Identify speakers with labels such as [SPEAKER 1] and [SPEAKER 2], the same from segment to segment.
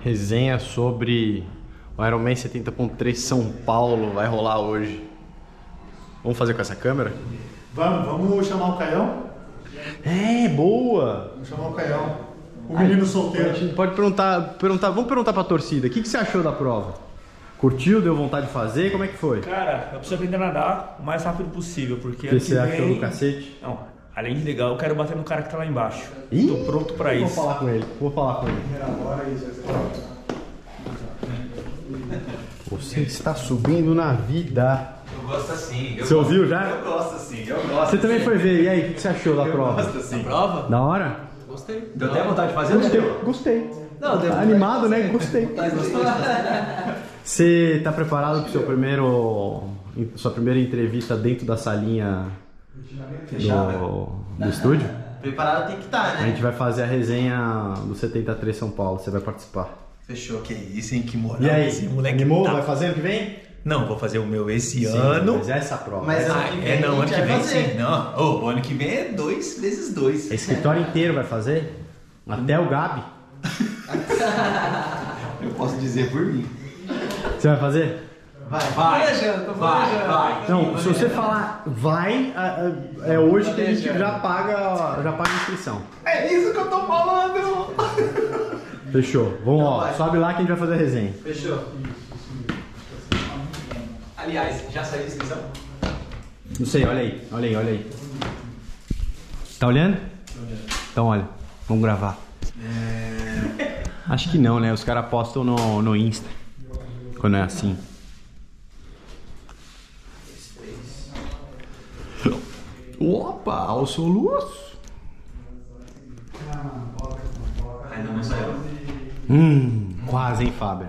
[SPEAKER 1] Resenha sobre o Ironman 70.3 São Paulo vai rolar hoje. Vamos fazer com essa câmera?
[SPEAKER 2] Vamos, vamos chamar o Caião?
[SPEAKER 1] É, boa!
[SPEAKER 2] Vamos chamar o Caião. O menino
[SPEAKER 1] A
[SPEAKER 2] solteiro.
[SPEAKER 1] gente pode perguntar, perguntar, vamos perguntar pra torcida, o que, que você achou da prova? Curtiu? Deu vontade de fazer? Como é que foi?
[SPEAKER 3] Cara, eu preciso aprender a nadar o mais rápido possível, porque
[SPEAKER 1] O que
[SPEAKER 3] ano
[SPEAKER 1] você
[SPEAKER 3] vem-
[SPEAKER 1] achou do cacete?
[SPEAKER 3] Não, além de legal, eu quero bater no cara que tá lá embaixo.
[SPEAKER 1] Ih,
[SPEAKER 3] Tô pronto pra
[SPEAKER 1] Vou
[SPEAKER 3] isso.
[SPEAKER 1] falar com ele, vou falar com ele.
[SPEAKER 2] Primeira hora e Zezé.
[SPEAKER 1] Você está subindo na vida.
[SPEAKER 4] Eu gosto assim. Eu
[SPEAKER 1] Você
[SPEAKER 4] gosto-
[SPEAKER 1] ouviu já?
[SPEAKER 4] Eu gosto assim, eu gosto.
[SPEAKER 1] Você também
[SPEAKER 4] assim.
[SPEAKER 1] foi ver, e aí, o que você achou da
[SPEAKER 4] Eu
[SPEAKER 1] prova?
[SPEAKER 4] gosto assim.
[SPEAKER 5] Prova?
[SPEAKER 1] Da hora?
[SPEAKER 5] Gostei.
[SPEAKER 4] Deu até vontade de fazer? né?
[SPEAKER 1] Gostei,
[SPEAKER 4] Não,
[SPEAKER 1] gostei.
[SPEAKER 5] Não, deu
[SPEAKER 1] Tá animado, né? Gostei.
[SPEAKER 4] Tá
[SPEAKER 5] Mas gostou?
[SPEAKER 1] Você está preparado para seu primeiro, sua primeira entrevista dentro da salinha do, do estúdio?
[SPEAKER 5] Preparado tem que
[SPEAKER 4] tá,
[SPEAKER 5] estar,
[SPEAKER 1] A
[SPEAKER 5] né?
[SPEAKER 1] gente vai fazer a resenha do 73 São Paulo. Você vai participar.
[SPEAKER 5] Fechou.
[SPEAKER 4] Que isso, hein? Que moral.
[SPEAKER 1] E aí,
[SPEAKER 4] esse moleque
[SPEAKER 1] animou?
[SPEAKER 4] tá-
[SPEAKER 1] Vai fazer ano que vem?
[SPEAKER 4] Não, vou fazer o meu esse
[SPEAKER 1] Sim,
[SPEAKER 4] ano.
[SPEAKER 1] Mas é essa a prova.
[SPEAKER 5] Mas
[SPEAKER 1] Essa-
[SPEAKER 5] ano que
[SPEAKER 4] Ah,
[SPEAKER 5] vem
[SPEAKER 4] é, não,
[SPEAKER 5] a
[SPEAKER 4] ano
[SPEAKER 5] gente
[SPEAKER 4] que
[SPEAKER 5] vai
[SPEAKER 4] vem
[SPEAKER 5] fazer.
[SPEAKER 4] sim. Não, Ô, o ano que vem é dois vezes dois. né?
[SPEAKER 1] O É escritório inteiro vai fazer? Até o Gabi.
[SPEAKER 4] Eu posso dizer por mim.
[SPEAKER 1] Você vai fazer?
[SPEAKER 5] Vai,
[SPEAKER 4] Vai.
[SPEAKER 5] planejando, tô
[SPEAKER 4] Vai,
[SPEAKER 5] planejando.
[SPEAKER 4] vai.
[SPEAKER 1] Não, se você falar vai, a- a- é hoje que a gente
[SPEAKER 5] Planejando.
[SPEAKER 1] já paga, já paga a inscrição.
[SPEAKER 4] É isso que eu tô falando. Então
[SPEAKER 1] Fechou. Vamos, ó,
[SPEAKER 5] vai.
[SPEAKER 1] sobe lá que a gente vai fazer a resenha.
[SPEAKER 5] Fechou.
[SPEAKER 4] Aliás, já saiu a inscrição?
[SPEAKER 1] Não sei, olha aí, olha aí, olha aí. Tá olhando? Então olha, vamos gravar.
[SPEAKER 4] É.
[SPEAKER 1] Acho que não, né? Os caras postam no, no Insta. Quando é assim. Opa, ao soluço.
[SPEAKER 4] Ainda não saiu.
[SPEAKER 1] Hum, quase, hein, Fábio?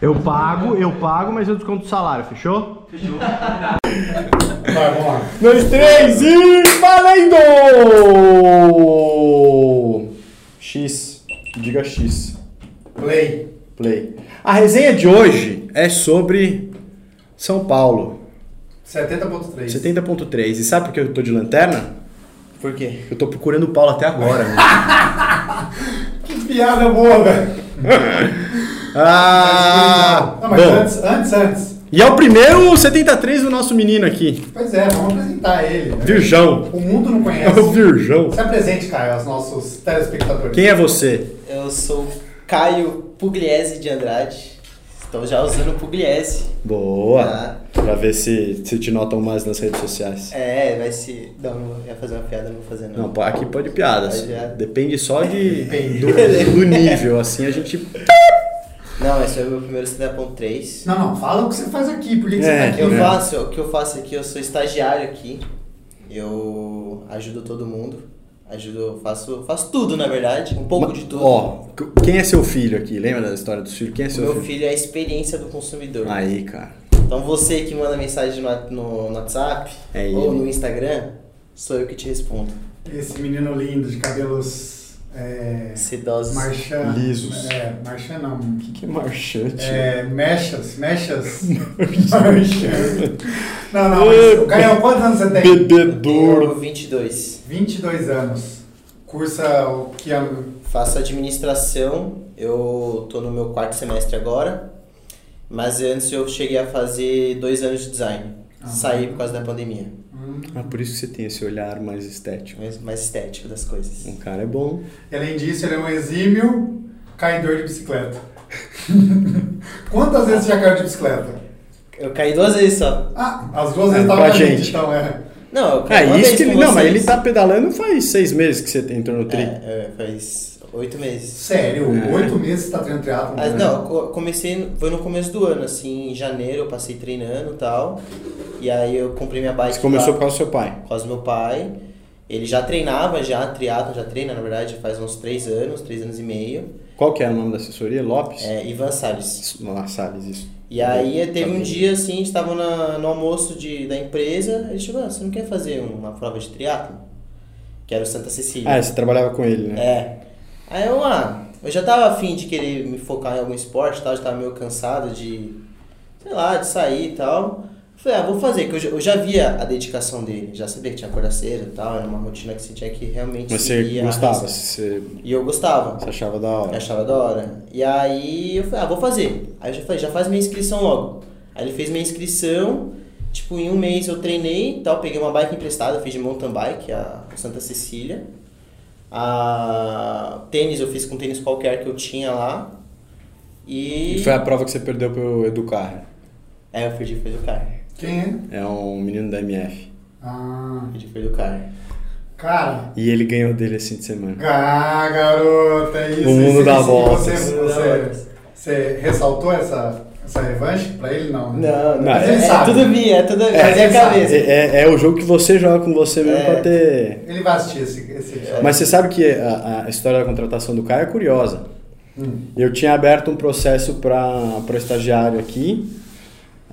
[SPEAKER 1] Eu pago, eu pago, mas eu desconto o salário, fechou?
[SPEAKER 2] Vai, vamos lá.
[SPEAKER 1] dois, três e valendo! X, diga X.
[SPEAKER 2] Play.
[SPEAKER 1] Play. A resenha de hoje é sobre São Paulo,
[SPEAKER 2] 70.3.
[SPEAKER 1] 70.3. E sabe por que eu tô de lanterna?
[SPEAKER 5] Por quê?
[SPEAKER 1] Eu tô procurando o Paulo até agora. né?
[SPEAKER 2] Que piada boa, velho.
[SPEAKER 1] ah,
[SPEAKER 2] não, mas
[SPEAKER 1] bom.
[SPEAKER 2] antes, antes, antes.
[SPEAKER 1] E é o primeiro 73 do nosso menino aqui,
[SPEAKER 2] Pois é, vamos apresentar ele. né?
[SPEAKER 1] Virjão.
[SPEAKER 2] O mundo não
[SPEAKER 1] É o
[SPEAKER 2] conhece.
[SPEAKER 1] Virjão.
[SPEAKER 2] Se apresente, Caio, aos nossos telespectadores.
[SPEAKER 1] Quem é você?
[SPEAKER 6] Eu sou Caio Pugliese de Andrade. Estou já usando o Pugliese.
[SPEAKER 1] Boa.
[SPEAKER 6] Ah.
[SPEAKER 1] Pra ver se, se te notam mais nas redes sociais.
[SPEAKER 6] É, vai se. Não, não vou- ia fazer uma piada, não vou fazer não.
[SPEAKER 1] Não, pa- aqui pode piadas.
[SPEAKER 6] Pode piada.
[SPEAKER 1] Depende só de do, do nível, assim a gente.
[SPEAKER 6] Um Não, esse é o meu primeiro stand 3.
[SPEAKER 2] Não, não, fala o que você faz aqui, por que, que
[SPEAKER 1] É,
[SPEAKER 2] você tá aqui?
[SPEAKER 6] Eu
[SPEAKER 1] né?
[SPEAKER 6] faço, o que eu faço aqui, eu sou estagiário aqui. Eu ajudo todo mundo. Ajudo, faço, faço tudo, na verdade. Um pouco de tudo.
[SPEAKER 1] Ó, c- quem é seu filho aqui? Lembra da história dos filhos? Quem é
[SPEAKER 6] O
[SPEAKER 1] seu
[SPEAKER 6] meu
[SPEAKER 1] filho?
[SPEAKER 6] filho é a experiência do consumidor.
[SPEAKER 1] Aí, cara.
[SPEAKER 6] Então você que manda mensagem no, no, no WhatsApp
[SPEAKER 1] É
[SPEAKER 6] ou
[SPEAKER 1] ele.
[SPEAKER 6] no Instagram, sou eu que te respondo.
[SPEAKER 2] Esse menino lindo, de cabelos... É...
[SPEAKER 6] Sedosos.
[SPEAKER 2] Marchando.
[SPEAKER 1] Lisos.
[SPEAKER 2] É, marchando não.
[SPEAKER 1] O que, que é marchante?
[SPEAKER 2] É, mechas, mechas. Marchando. Não, não, mas, Caião, quantos anos você tem?
[SPEAKER 1] Bebedouro.
[SPEAKER 6] Tenho 22.
[SPEAKER 2] 22 anos. Cursa o que ano?
[SPEAKER 6] Faço administração, eu tô no meu quarto semestre agora, mas antes eu cheguei a fazer dois anos de design.
[SPEAKER 2] Ah.
[SPEAKER 6] Saí por causa da pandemia,
[SPEAKER 1] Ah, por isso que você tem esse olhar mais estético.
[SPEAKER 6] mais, mais estético das coisas.
[SPEAKER 1] Um cara é bom.
[SPEAKER 2] E, Além disso, ele é um exímio caidor de bicicleta. Quantas vezes você já caiu de bicicleta?
[SPEAKER 6] Eu caí duas vezes só.
[SPEAKER 2] Ah, as duas
[SPEAKER 1] É,
[SPEAKER 2] vezes
[SPEAKER 1] com
[SPEAKER 2] tava
[SPEAKER 1] a
[SPEAKER 2] na gente,
[SPEAKER 1] gente.
[SPEAKER 2] então é.
[SPEAKER 6] Não, eu caí
[SPEAKER 1] É
[SPEAKER 6] uma
[SPEAKER 1] isso
[SPEAKER 6] vez
[SPEAKER 1] que ele.
[SPEAKER 6] com
[SPEAKER 1] Não, mas
[SPEAKER 6] vocês.
[SPEAKER 1] ele tá pedalando faz seis meses que você entrou no tri.
[SPEAKER 6] É, é, faz oito meses.
[SPEAKER 2] Sério,
[SPEAKER 1] É.
[SPEAKER 2] oito meses você tá treinando triatlon.
[SPEAKER 6] Mas, não, eu co- comecei, no- foi no começo do ano, assim, em janeiro eu passei treinando e tal, e aí eu comprei minha bike
[SPEAKER 1] Você começou
[SPEAKER 6] lá.
[SPEAKER 1] por causa do seu pai.
[SPEAKER 6] por causa do meu pai. Ele já treinava, já triatlon, já treina, na verdade, faz uns três anos, três anos e meio.
[SPEAKER 1] Qual que é o nome da assessoria? Lopes?
[SPEAKER 6] É, Ivan Salles.
[SPEAKER 1] Isso, Lá, Salles, isso.
[SPEAKER 6] E aí
[SPEAKER 1] Tá
[SPEAKER 6] teve um dia, assim, estavam na, no almoço de, da empresa, ele chegou, ah, você não quer fazer uma prova de triatlon? Que era o Santa Cecília.
[SPEAKER 1] Ah, você trabalhava com ele, né?
[SPEAKER 6] É. Aí eu, ah, eu já tava afim de querer me focar em algum esporte e tal, já tava meio cansado de, sei lá, de sair e tal. Falei, ah, vou fazer, que eu já, eu já via a dedicação dele, já sabia que tinha acordar cedo e tal, era uma rotina que você tinha que realmente
[SPEAKER 1] Mas você
[SPEAKER 6] a
[SPEAKER 1] gostava,
[SPEAKER 6] risca.
[SPEAKER 1] você,
[SPEAKER 6] E eu gostava.
[SPEAKER 1] você achava da hora.
[SPEAKER 6] Eu achava da hora. E aí eu falei, ah, vou fazer. Aí eu já falei, já faz minha inscrição logo. Aí ele fez minha inscrição, tipo, em um mês eu treinei e tal, peguei uma bike emprestada, fiz de mountain bike, a Santa Cecília. A tênis eu fiz com tênis qualquer que eu tinha lá. E.
[SPEAKER 1] E foi a prova que você perdeu pro Educar.
[SPEAKER 6] É, eu perdi foi do cara.
[SPEAKER 2] Quem é?
[SPEAKER 1] É um menino da MF.
[SPEAKER 2] Ah,
[SPEAKER 6] Perdi foi do cara.
[SPEAKER 2] cara.
[SPEAKER 1] E ele ganhou dele esse fim de semana.
[SPEAKER 2] Ah, garota, é isso.
[SPEAKER 1] O mundo
[SPEAKER 2] isso,
[SPEAKER 1] dá
[SPEAKER 2] isso.
[SPEAKER 1] voltas.
[SPEAKER 2] Você, você, você ressaltou essa, essa revanche pra ele? Não. né?
[SPEAKER 6] Não,
[SPEAKER 1] Não,
[SPEAKER 6] é,
[SPEAKER 1] ele
[SPEAKER 6] é
[SPEAKER 2] sabe.
[SPEAKER 6] tudo minha, é tudo minha,
[SPEAKER 1] É,
[SPEAKER 6] é, minha
[SPEAKER 2] ele sabe.
[SPEAKER 6] cabeça.
[SPEAKER 1] É, é- é o jogo que você joga com você mesmo
[SPEAKER 6] É.
[SPEAKER 1] pra ter.
[SPEAKER 2] Ele vai assistir esse, esse episódio.
[SPEAKER 1] Mas você sabe que a, a história da contratação do Caio é curiosa. Eu tinha aberto um processo para o estagiário aqui.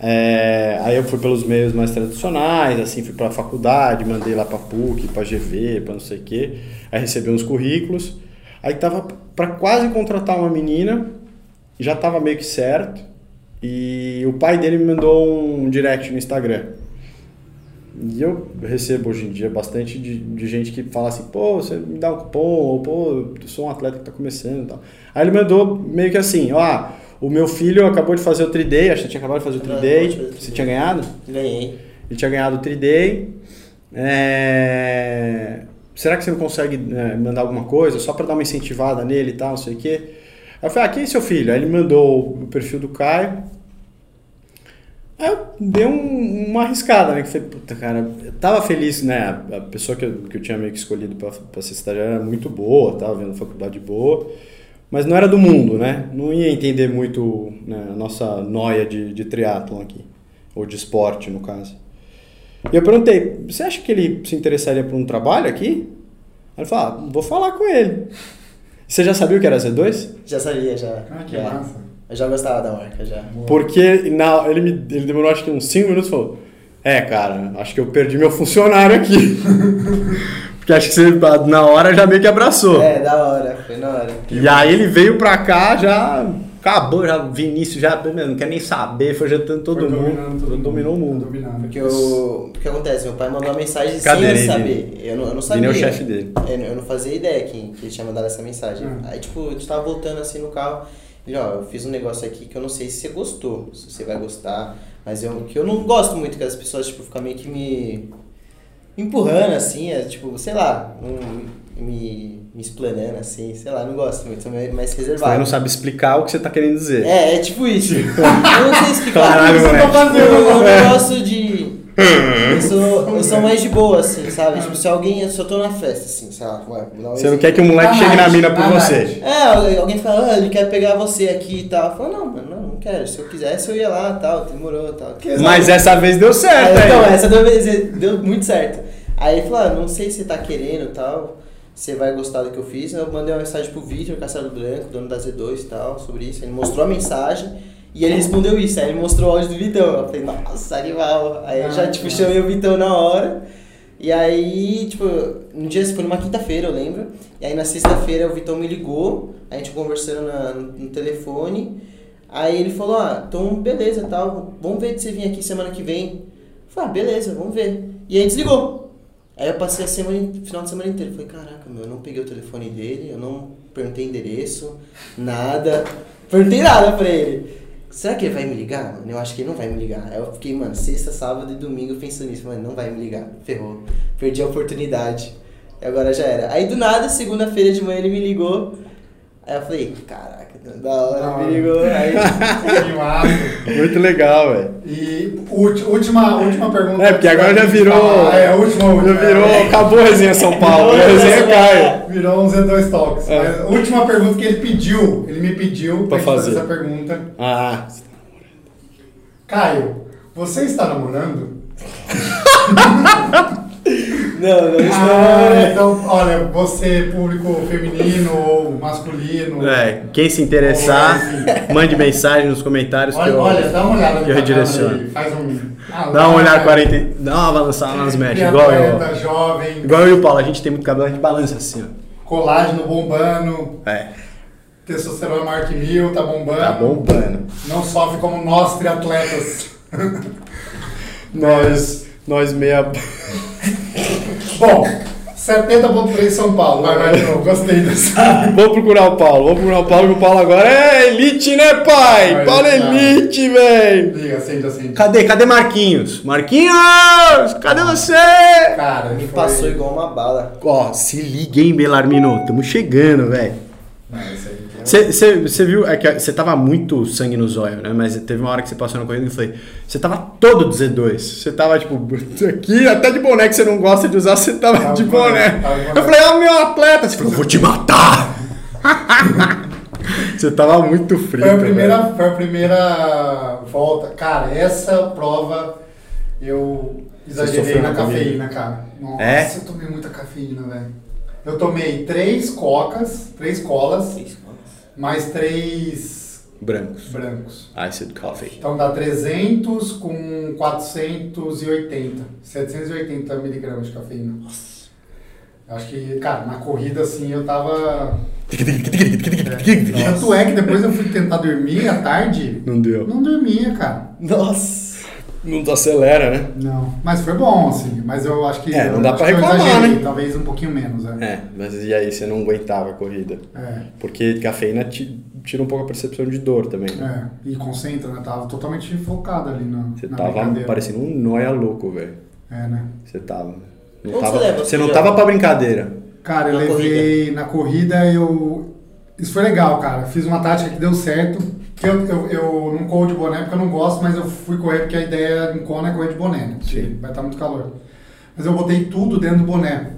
[SPEAKER 1] É, aí eu fui pelos meios mais tradicionais, assim, fui para a faculdade, mandei lá para PUC, para GV, para não sei o quê. Aí recebi uns currículos. Aí tava para quase contratar uma menina, já tava meio que certo. E o pai dele me mandou um direct no Instagram. E eu recebo hoje em dia bastante de, de gente que fala assim, pô, você me dá um cupom, ou pô, eu sou um atleta que tá começando e tal. Aí ele mandou meio que assim, ó, ah, o meu filho acabou de fazer o tri-day, acho que tinha acabado de fazer o
[SPEAKER 6] Acabou de
[SPEAKER 1] tri-day,
[SPEAKER 6] fazer o
[SPEAKER 1] você
[SPEAKER 6] tri-day.
[SPEAKER 1] tinha ganhado?
[SPEAKER 6] Ganhei.
[SPEAKER 1] Ele tinha ganhado o tri-day, é, será que você não consegue né, mandar alguma coisa só pra dar uma incentivada nele e tal, não sei o quê? Aí eu falei, ah, quem é seu filho? Aí ele mandou o perfil do Caio, Aí eu dei um- uma arriscada, né? Que foi, puta, cara, eu tava feliz, né? A, a pessoa que eu, que eu tinha meio que escolhido pra, pra ser estagiária era muito boa, tava vendo faculdade boa, mas não era do mundo, né? Não ia entender muito né, a nossa noia de, de triatlon aqui, ou de esporte, no caso. E eu perguntei, você acha que ele se interessaria por um trabalho aqui? Aí ele falou, ah, vou falar com ele. Você já sabia o que era Z2?
[SPEAKER 6] Já sabia, já.
[SPEAKER 2] Ah, que
[SPEAKER 6] já.
[SPEAKER 2] massa.
[SPEAKER 6] Eu já gostava da marca, já.
[SPEAKER 1] Porque na, ele, me, ele demorou acho que uns 5 minutos e falou: É, cara, acho que eu perdi meu funcionário aqui. Porque acho que você na hora já meio que abraçou.
[SPEAKER 6] É, da hora, foi na hora.
[SPEAKER 1] e aí ele veio pra cá, já acabou, já Vinícius já meu, não quer nem saber, foi jantando todo
[SPEAKER 2] Foi
[SPEAKER 1] mundo,
[SPEAKER 2] dominando todo Tá
[SPEAKER 1] dominou o mundo.
[SPEAKER 2] Dominando.
[SPEAKER 6] Porque eu, o que acontece? Meu pai mandou uma mensagem
[SPEAKER 1] Cadê
[SPEAKER 6] sem eu
[SPEAKER 1] ele?
[SPEAKER 6] saber. Eu não, eu não
[SPEAKER 1] Vini
[SPEAKER 6] sabia.
[SPEAKER 1] é o chefe dele.
[SPEAKER 6] Eu, não- eu não fazia ideia que, que ele tinha mandado essa mensagem.
[SPEAKER 2] Hum.
[SPEAKER 6] Aí, tipo, a gente tava voltando assim no carro. Ele, ó, eu fiz um negócio aqui que eu não sei se você gostou, se você vai gostar. Mas eu, que eu não gosto muito que as pessoas, tipo, ficam meio que me me empurrando, assim, é, tipo, sei lá, um, me, me explanando, assim, sei lá, não gosto muito, sou meio mais
[SPEAKER 1] Você
[SPEAKER 6] reservado.
[SPEAKER 1] não sabe explicar o que você tá querendo dizer.
[SPEAKER 6] É, é tipo isso. Eu não sei explicar.
[SPEAKER 1] Caralho,
[SPEAKER 6] eu
[SPEAKER 1] moleque. É.
[SPEAKER 6] eu não gosto um de. Eu sou, eu sou mais de boa, assim, sabe? Tipo, se alguém. Eu só tô na festa, assim, sei lá. Ué, vou dar um
[SPEAKER 1] Você não
[SPEAKER 6] exemplo.
[SPEAKER 1] quer que o moleque
[SPEAKER 2] Na
[SPEAKER 1] chegue na
[SPEAKER 2] night,
[SPEAKER 1] mina por
[SPEAKER 2] na
[SPEAKER 1] você.
[SPEAKER 2] night.
[SPEAKER 6] É, al- alguém fala, ah, ele quer pegar você aqui e tal. Eu falo, não, mano, não, não quero. Se eu quisesse, eu ia lá e tal, demorou e tal.
[SPEAKER 1] Mas essa vez deu
[SPEAKER 6] Aí,
[SPEAKER 2] É,
[SPEAKER 1] certo,
[SPEAKER 6] então,
[SPEAKER 1] hein?
[SPEAKER 6] essa deu, deu muito certo. Aí ele falou, ah, não sei se você tá querendo e tal, você vai gostar do que eu fiz. Eu mandei uma mensagem pro Vitor, Caçado Branco, dono da Z2 e tal, sobre isso. Ele mostrou a mensagem e ele respondeu isso. Aí ele mostrou o áudio do Vitão. Eu falei, nossa, animal. Aí eu já, tipo, chamei o Vitão na hora. E aí, tipo, um dia, foi numa quinta-feira, eu lembro. E aí na sexta-feira o Vitão me ligou, a gente conversando na- no telefone. Aí ele falou, ah, então beleza, tal, vamos ver de você vir aqui semana que vem. Eu falei, ah, beleza, vamos ver. E aí desligou. Aí eu passei a semana, in- final de semana inteiro. Falei, caraca, meu, eu não peguei o telefone dele, eu não perguntei endereço, nada. Perguntei nada pra ele. Será que ele vai me ligar, mano? Eu acho que ele não vai me ligar. Aí eu fiquei, mano, sexta, sábado e domingo pensando nisso. Mano, não vai me ligar. Ferrou. Perdi a oportunidade. E agora já era. Aí do nada, segunda-feira de manhã ele me ligou. Aí eu falei, caraca, da
[SPEAKER 2] Da
[SPEAKER 6] hora,
[SPEAKER 2] hora.
[SPEAKER 6] me ligou. Aí,
[SPEAKER 2] Que massa.
[SPEAKER 1] Muito legal, velho.
[SPEAKER 2] E ulti- última, última pergunta.
[SPEAKER 1] É, porque agora já virou.
[SPEAKER 2] Ah, Então, é, última, última. É.
[SPEAKER 1] Já virou. Acabou a resenha São Paulo. A
[SPEAKER 6] Acabou a
[SPEAKER 1] resenha
[SPEAKER 6] resenha.
[SPEAKER 1] Caio.
[SPEAKER 2] Virou um Z2 Talks.
[SPEAKER 1] É.
[SPEAKER 2] Mas a última pergunta que ele pediu, ele me pediu
[SPEAKER 1] Pra
[SPEAKER 2] gente
[SPEAKER 1] fazer.
[SPEAKER 2] essa pergunta.
[SPEAKER 1] Ah,
[SPEAKER 2] Caio, você está namorando?
[SPEAKER 6] não, não, isso não.
[SPEAKER 1] é-
[SPEAKER 2] Ah, então, olha, você, público feminino ou masculino.
[SPEAKER 1] é, quem se interessar, mande mensagem nos comentários que
[SPEAKER 2] Olha,
[SPEAKER 1] eu,
[SPEAKER 2] olha, dá uma olhada.
[SPEAKER 1] que eu
[SPEAKER 2] na câmera
[SPEAKER 1] redireciono.
[SPEAKER 2] aí, Faz um. Ah,
[SPEAKER 1] Dá uma olhada
[SPEAKER 2] cara,
[SPEAKER 1] 40, dá uma balançada nas mechas,
[SPEAKER 2] criatura
[SPEAKER 1] igual eu.
[SPEAKER 2] da jovem,
[SPEAKER 1] Igual eu e o Paulo, a gente tem muito cabelo, a gente balança assim, ó.
[SPEAKER 2] colágeno bombando,
[SPEAKER 1] É,
[SPEAKER 2] testosterona maior que mil, tá bombando.
[SPEAKER 1] tá bombando.
[SPEAKER 2] Não sofre como nós triatletas.
[SPEAKER 1] nós, nós meia.
[SPEAKER 2] Bom, 70.3 São Paulo. Vai, vai de novo. Gostei dessa.
[SPEAKER 1] Vou procurar o Paulo, vou procurar o Paulo, que o Paulo agora é elite, né, pai?
[SPEAKER 2] Vai,
[SPEAKER 1] Paulo é
[SPEAKER 2] cara.
[SPEAKER 1] elite, velho!
[SPEAKER 2] Liga, acende, acende.
[SPEAKER 1] Cadê? Cadê Marquinhos? Marquinhos! Cadê você?
[SPEAKER 2] Cara,
[SPEAKER 6] Me
[SPEAKER 2] foi-
[SPEAKER 6] passou igual uma bala.
[SPEAKER 1] Ó, se liga, hein, Belarmino? Tamo chegando, velho.
[SPEAKER 2] Não, isso aí é. foi-
[SPEAKER 1] Você viu, é que você tava muito sangue no zóio, né? Mas teve uma hora que você passou na corrida e eu falei, você tava todo de Z2. Você tava, tipo, aqui, até de boné que você não gosta de usar, você tava
[SPEAKER 2] Tava
[SPEAKER 1] de
[SPEAKER 2] com
[SPEAKER 1] boné.
[SPEAKER 2] boné, tava com
[SPEAKER 1] Eu
[SPEAKER 2] boné.
[SPEAKER 1] falei, ah, meu atleta! Você falou, vou te matar! você tava muito frio.
[SPEAKER 2] Foi a, primeira, foi a primeira volta. Cara, essa prova eu exagerei
[SPEAKER 1] sofreu
[SPEAKER 2] na
[SPEAKER 1] na comida?
[SPEAKER 2] cafeína, cara. Nossa,
[SPEAKER 1] É?
[SPEAKER 2] eu tomei muita cafeína, velho. Eu tomei três cocas, três colas, mais três
[SPEAKER 1] Brancos.
[SPEAKER 2] brancos.
[SPEAKER 1] Iced coffee.
[SPEAKER 2] Então dá 300 com 480, 780 miligramas de cafeína. Nossa. Acho que, cara, na corrida assim eu tava. Tanto é que depois eu fui tentar dormir à tarde.
[SPEAKER 1] Não deu.
[SPEAKER 2] Não dormia, cara.
[SPEAKER 6] Nossa!
[SPEAKER 1] Não acelera, né?
[SPEAKER 2] Não. Mas foi bom, assim. Mas eu acho que.
[SPEAKER 1] É, não
[SPEAKER 2] eu
[SPEAKER 1] dá
[SPEAKER 2] acho
[SPEAKER 1] pra
[SPEAKER 2] que eu
[SPEAKER 1] reclamar,
[SPEAKER 2] exagerei,
[SPEAKER 1] né?
[SPEAKER 2] Talvez um pouquinho menos, né?
[SPEAKER 1] É, mas e aí você não aguentava a corrida?
[SPEAKER 2] É.
[SPEAKER 1] Porque cafeína ti- tira um pouco a percepção de dor também, né?
[SPEAKER 2] é. E concentra, né? Tava totalmente focado ali na.
[SPEAKER 1] Você
[SPEAKER 2] Ah, na
[SPEAKER 1] tava
[SPEAKER 2] brincadeira.
[SPEAKER 1] parecendo um noia louco, velho.
[SPEAKER 2] É, né?
[SPEAKER 1] Você tava. Não
[SPEAKER 6] Como
[SPEAKER 1] tava
[SPEAKER 6] você leva
[SPEAKER 1] você não
[SPEAKER 6] sujeira?
[SPEAKER 1] tava pra brincadeira.
[SPEAKER 2] Cara, eu
[SPEAKER 6] Na
[SPEAKER 2] levei na corrida, eu. Isso foi legal, cara. Fiz uma tática que deu certo. Que eu, eu, eu não corro de boné porque eu não gosto, mas eu fui correr porque a ideia em Kona é correr de boné, né? Porque
[SPEAKER 1] Sim.
[SPEAKER 2] Vai estar muito calor. Mas eu botei tudo dentro do boné.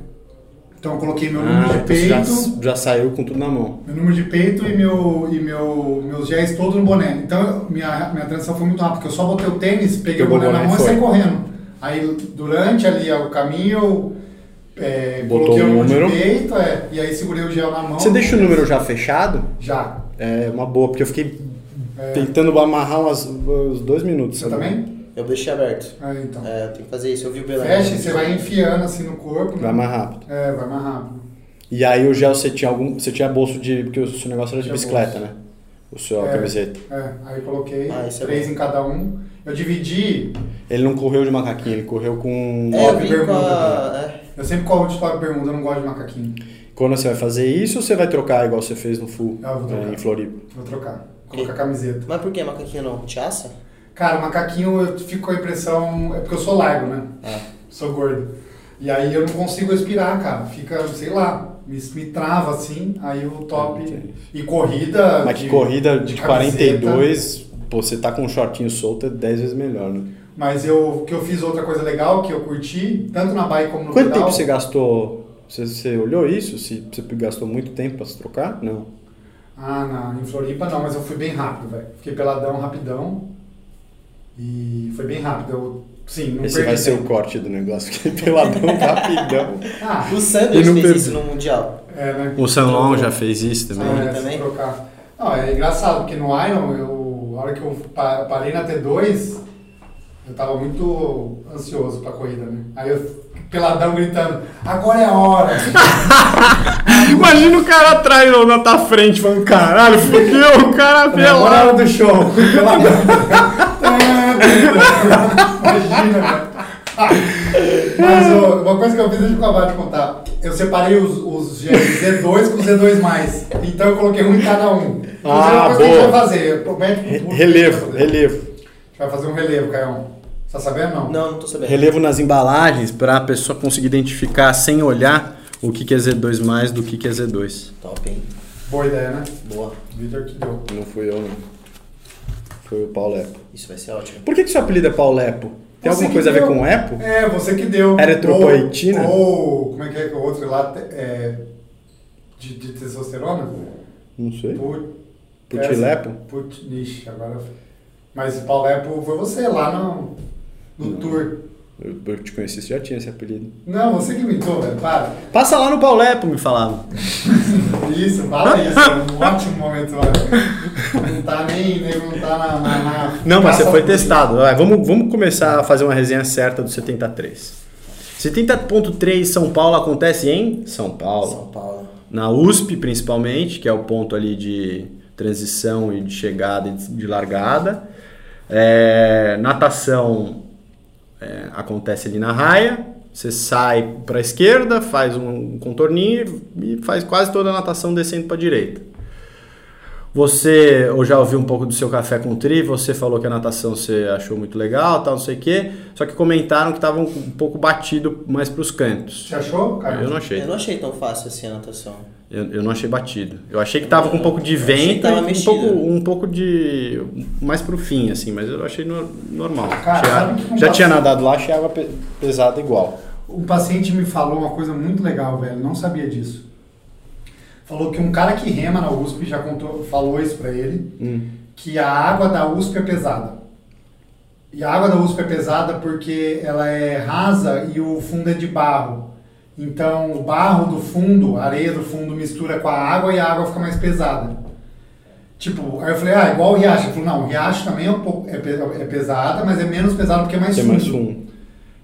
[SPEAKER 2] Então eu coloquei meu número de
[SPEAKER 1] então você já,
[SPEAKER 2] peito.
[SPEAKER 1] já saiu com tudo na mão.
[SPEAKER 2] Meu número de peito e, meu, e meu, meus géis todos no boné. Então, eu- minha, minha transição foi muito rápida, porque eu só botei o tênis, peguei
[SPEAKER 1] Pegou
[SPEAKER 2] o boné,
[SPEAKER 1] o boné
[SPEAKER 2] na mão
[SPEAKER 1] e
[SPEAKER 2] e saí
[SPEAKER 1] foi.
[SPEAKER 2] correndo. Aí, durante ali o caminho, eu é,
[SPEAKER 1] Botou
[SPEAKER 2] coloquei
[SPEAKER 1] o
[SPEAKER 2] o número de
[SPEAKER 1] número.
[SPEAKER 2] peito, é, e aí segurei o gel na mão.
[SPEAKER 1] Você deixa o número já fechado?
[SPEAKER 2] Já. É,
[SPEAKER 1] É uma boa, porque eu fiquei tentando amarrar umas, uns dois minutos.
[SPEAKER 2] Você
[SPEAKER 1] sabe?
[SPEAKER 2] também?
[SPEAKER 6] Eu deixei aberto.
[SPEAKER 2] É, então.
[SPEAKER 6] É, eu tenho que fazer isso. Eu vi o É, Belém.
[SPEAKER 2] Fecha e você vai enfiando assim no corpo. né?
[SPEAKER 1] Vai mais rápido.
[SPEAKER 2] É, vai mais rápido.
[SPEAKER 1] E aí o gel você tinha algum. Você tinha bolso de. Porque o seu negócio era de
[SPEAKER 2] Tinha
[SPEAKER 1] bicicleta,
[SPEAKER 2] bolso.
[SPEAKER 1] né? O seu a
[SPEAKER 2] É.
[SPEAKER 1] camiseta.
[SPEAKER 2] É, aí eu coloquei
[SPEAKER 6] Ah, isso é
[SPEAKER 2] três
[SPEAKER 6] bom.
[SPEAKER 2] em cada um. Eu dividi,
[SPEAKER 1] Ele não correu de macaquinho, ele correu com.
[SPEAKER 6] É, eu
[SPEAKER 2] Ó, que
[SPEAKER 6] vi com
[SPEAKER 2] pergunta,
[SPEAKER 6] a. É.
[SPEAKER 2] eu sempre corro de top bermuda, eu não gosto de macaquinho.
[SPEAKER 1] Quando você vai fazer isso ou você vai trocar igual você fez no full
[SPEAKER 2] Ah, eu vou
[SPEAKER 1] né,
[SPEAKER 2] trocar.
[SPEAKER 1] em Floripa?
[SPEAKER 2] Vou trocar, colocar camiseta.
[SPEAKER 6] é. Mas por que macaquinho não? Te assa?
[SPEAKER 2] Cara, macaquinho eu fico com a impressão. É porque eu sou largo, né?
[SPEAKER 1] É.
[SPEAKER 2] Sou gordo. E aí eu não consigo respirar, cara. Fica, sei lá, me, me trava assim. Aí o top.
[SPEAKER 1] Entendi.
[SPEAKER 2] E corrida.
[SPEAKER 1] Mas que corrida de,
[SPEAKER 2] Ah, camiseta.
[SPEAKER 1] 42, pô, você tá com um shortinho solto é 10 vezes melhor, né?
[SPEAKER 2] Mas eu que eu fiz outra coisa legal que eu curti, tanto na bike como no
[SPEAKER 1] Quanto
[SPEAKER 2] pedal.
[SPEAKER 1] tempo você gastou? Você, você olhou isso? Se você gastou muito tempo pra se trocar? Não.
[SPEAKER 2] Ah, na, em Floripa não, mas eu fui bem rápido, velho. Fiquei peladão, rapidão. E foi bem rápido. Eu, sim, não
[SPEAKER 1] Esse
[SPEAKER 2] perdi
[SPEAKER 1] vai ser o
[SPEAKER 2] tempo.
[SPEAKER 1] corte do negócio, que é peladão rapidão.
[SPEAKER 2] Ah,
[SPEAKER 6] O
[SPEAKER 1] E
[SPEAKER 6] Sanders
[SPEAKER 1] não
[SPEAKER 6] fez
[SPEAKER 1] perdi.
[SPEAKER 6] isso no Mundial.
[SPEAKER 2] é, né?
[SPEAKER 1] O San Long já fez isso também.
[SPEAKER 6] Sim.
[SPEAKER 2] É,
[SPEAKER 6] também?
[SPEAKER 2] se trocar. Não, é engraçado, porque no Iron, eu, a hora que eu pa- parei na T2, eu tava muito ansioso pra corrida, né? Aí eu, peladão, gritando, agora é a hora! é.
[SPEAKER 1] Imagina o cara atrás ou na tua frente, falando, caralho, fudeu, o cara
[SPEAKER 2] É a hora
[SPEAKER 1] pelado.
[SPEAKER 2] do show! Peladão! Imagina, cara. Mas ô, uma coisa que eu fiz, deixa eu acabar de contar. Eu separei os, os Z2 com Z2+, então eu coloquei um em cada um. Inclusive,
[SPEAKER 1] Ah,
[SPEAKER 2] é uma coisa que a gente
[SPEAKER 1] boa.
[SPEAKER 2] vai fazer, eu prometo pro
[SPEAKER 1] Re-
[SPEAKER 2] público que a gente vai
[SPEAKER 1] Relevo,
[SPEAKER 2] fazer.
[SPEAKER 1] relevo.
[SPEAKER 2] gente vai fazer um relevo, Caião. Você tá sabendo não?
[SPEAKER 6] Não, não tô sabendo.
[SPEAKER 1] Relevo nas embalagens para a pessoa conseguir identificar sem olhar o que, que é Z2 mais do que, que é Z2.
[SPEAKER 6] Top, hein?
[SPEAKER 2] Boa ideia, né?
[SPEAKER 6] Boa.
[SPEAKER 2] Vitor que deu.
[SPEAKER 1] Não fui eu, não. Foi o Paulepo.
[SPEAKER 6] Isso vai ser ótimo.
[SPEAKER 1] Por que, que seu apelido é Paulepo? Tem
[SPEAKER 2] Você
[SPEAKER 1] alguma
[SPEAKER 2] que
[SPEAKER 1] coisa a ver
[SPEAKER 2] deu.
[SPEAKER 1] com Epo?
[SPEAKER 2] É, você que deu.
[SPEAKER 1] Eritropoetina?
[SPEAKER 2] Ou, ou como é que é que o outro lá te- é, de, de testosterona?
[SPEAKER 1] Não sei.
[SPEAKER 2] Put, é,
[SPEAKER 1] Putilepo?
[SPEAKER 2] Put, ixi, agora... Mas o Paulepo foi você lá no, no
[SPEAKER 1] Não.
[SPEAKER 2] tour.
[SPEAKER 1] Eu, eu te conheci, você já tinha esse apelido.
[SPEAKER 2] Não, você que inventou, velho. Para.
[SPEAKER 1] Passa lá no Paulepo, me falavam.
[SPEAKER 2] Isso, fala isso. É um ótimo momento, velho. Não tá nem... nem não tá na... na, na-
[SPEAKER 1] Não, mas você
[SPEAKER 2] caça
[SPEAKER 1] foi
[SPEAKER 2] política.
[SPEAKER 1] testado. Vai, vamos, vamos começar a fazer uma resenha certa do 73. 70.3 São Paulo acontece em São Paulo.
[SPEAKER 6] São Paulo.
[SPEAKER 1] na USP principalmente, que é o ponto ali de transição e de chegada e de largada. É, natação é, acontece ali na raia, você sai para a esquerda, faz um contorninho e faz quase toda a natação descendo para a direita. Você, eu já ouvi um pouco do seu café com tri, você falou que a natação você achou muito legal, tal, não sei o quê, só que comentaram que estava um, um pouco batido mais para os cantos.
[SPEAKER 2] Você achou, cara?
[SPEAKER 1] Eu não achei.
[SPEAKER 6] Eu não achei tão fácil assim a natação.
[SPEAKER 1] Eu, eu não achei batido. Eu achei que tava com um pouco de
[SPEAKER 6] Eu achei que
[SPEAKER 1] vento,
[SPEAKER 6] tava
[SPEAKER 1] e um
[SPEAKER 6] mexido.
[SPEAKER 1] pouco, um pouco de mais pro fim assim, mas eu achei no- normal.
[SPEAKER 2] Cara,
[SPEAKER 1] Achei
[SPEAKER 2] sabe
[SPEAKER 1] água-
[SPEAKER 2] que não
[SPEAKER 1] já
[SPEAKER 2] passa-
[SPEAKER 1] tinha nadado lá, achei água pe- pesada igual.
[SPEAKER 2] Um paciente me falou uma coisa muito legal, velho. Não sabia disso. Falou que um cara que rema na USP já contou, falou isso pra ele, que a água da USP é pesada. E a água da USP é pesada porque ela é rasa e o fundo é de barro. Então, o barro do fundo, a areia do fundo mistura com a água e a água fica mais pesada. Tipo, aí eu falei, ah, igual o riacho. Ele falou, não, o riacho também é, um pouco, é, pe- é pesada, mas é menos pesada porque é mais
[SPEAKER 1] Tem mais um.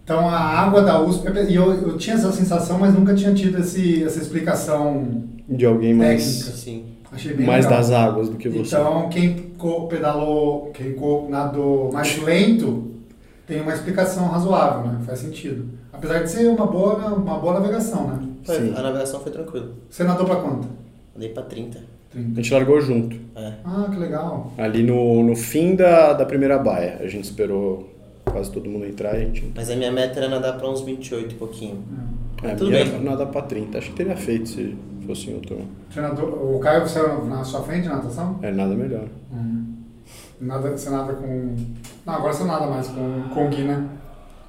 [SPEAKER 2] então a água da USP, e eu, eu tinha essa sensação, mas nunca tinha tido esse, essa explicação.
[SPEAKER 1] De alguém mais,
[SPEAKER 6] Sim.
[SPEAKER 2] É, então, Achei bem
[SPEAKER 1] mais
[SPEAKER 2] legal.
[SPEAKER 1] das águas do que você.
[SPEAKER 2] Então quem co- pedalou, quem co- nadou mais lento, tem uma explicação razoável, né? Faz sentido. Apesar de ser uma boa, uma boa navegação, né?
[SPEAKER 6] Foi-
[SPEAKER 1] Sim.
[SPEAKER 6] A navegação foi tranquila.
[SPEAKER 2] Você nadou pra quanto?
[SPEAKER 6] Andei pra 30.
[SPEAKER 2] 30.
[SPEAKER 1] A gente largou junto,
[SPEAKER 6] É.
[SPEAKER 2] Ah, que legal.
[SPEAKER 1] ali no, no fim da, da primeira baia. A gente esperou quase todo mundo entrar e a gente.
[SPEAKER 6] Mas a minha meta era nadar pra uns 28 e pouquinho.
[SPEAKER 1] É,
[SPEAKER 6] Tudo
[SPEAKER 1] minha
[SPEAKER 6] bem.
[SPEAKER 1] era nada pra 30. Acho que teria feito se fosse em outro.
[SPEAKER 2] Você nadou, o Caio saiu na sua frente na natação?
[SPEAKER 1] É nada melhor. Hum.
[SPEAKER 2] Nada, você nada com. Não, agora você nada mais com, com o Gui, né?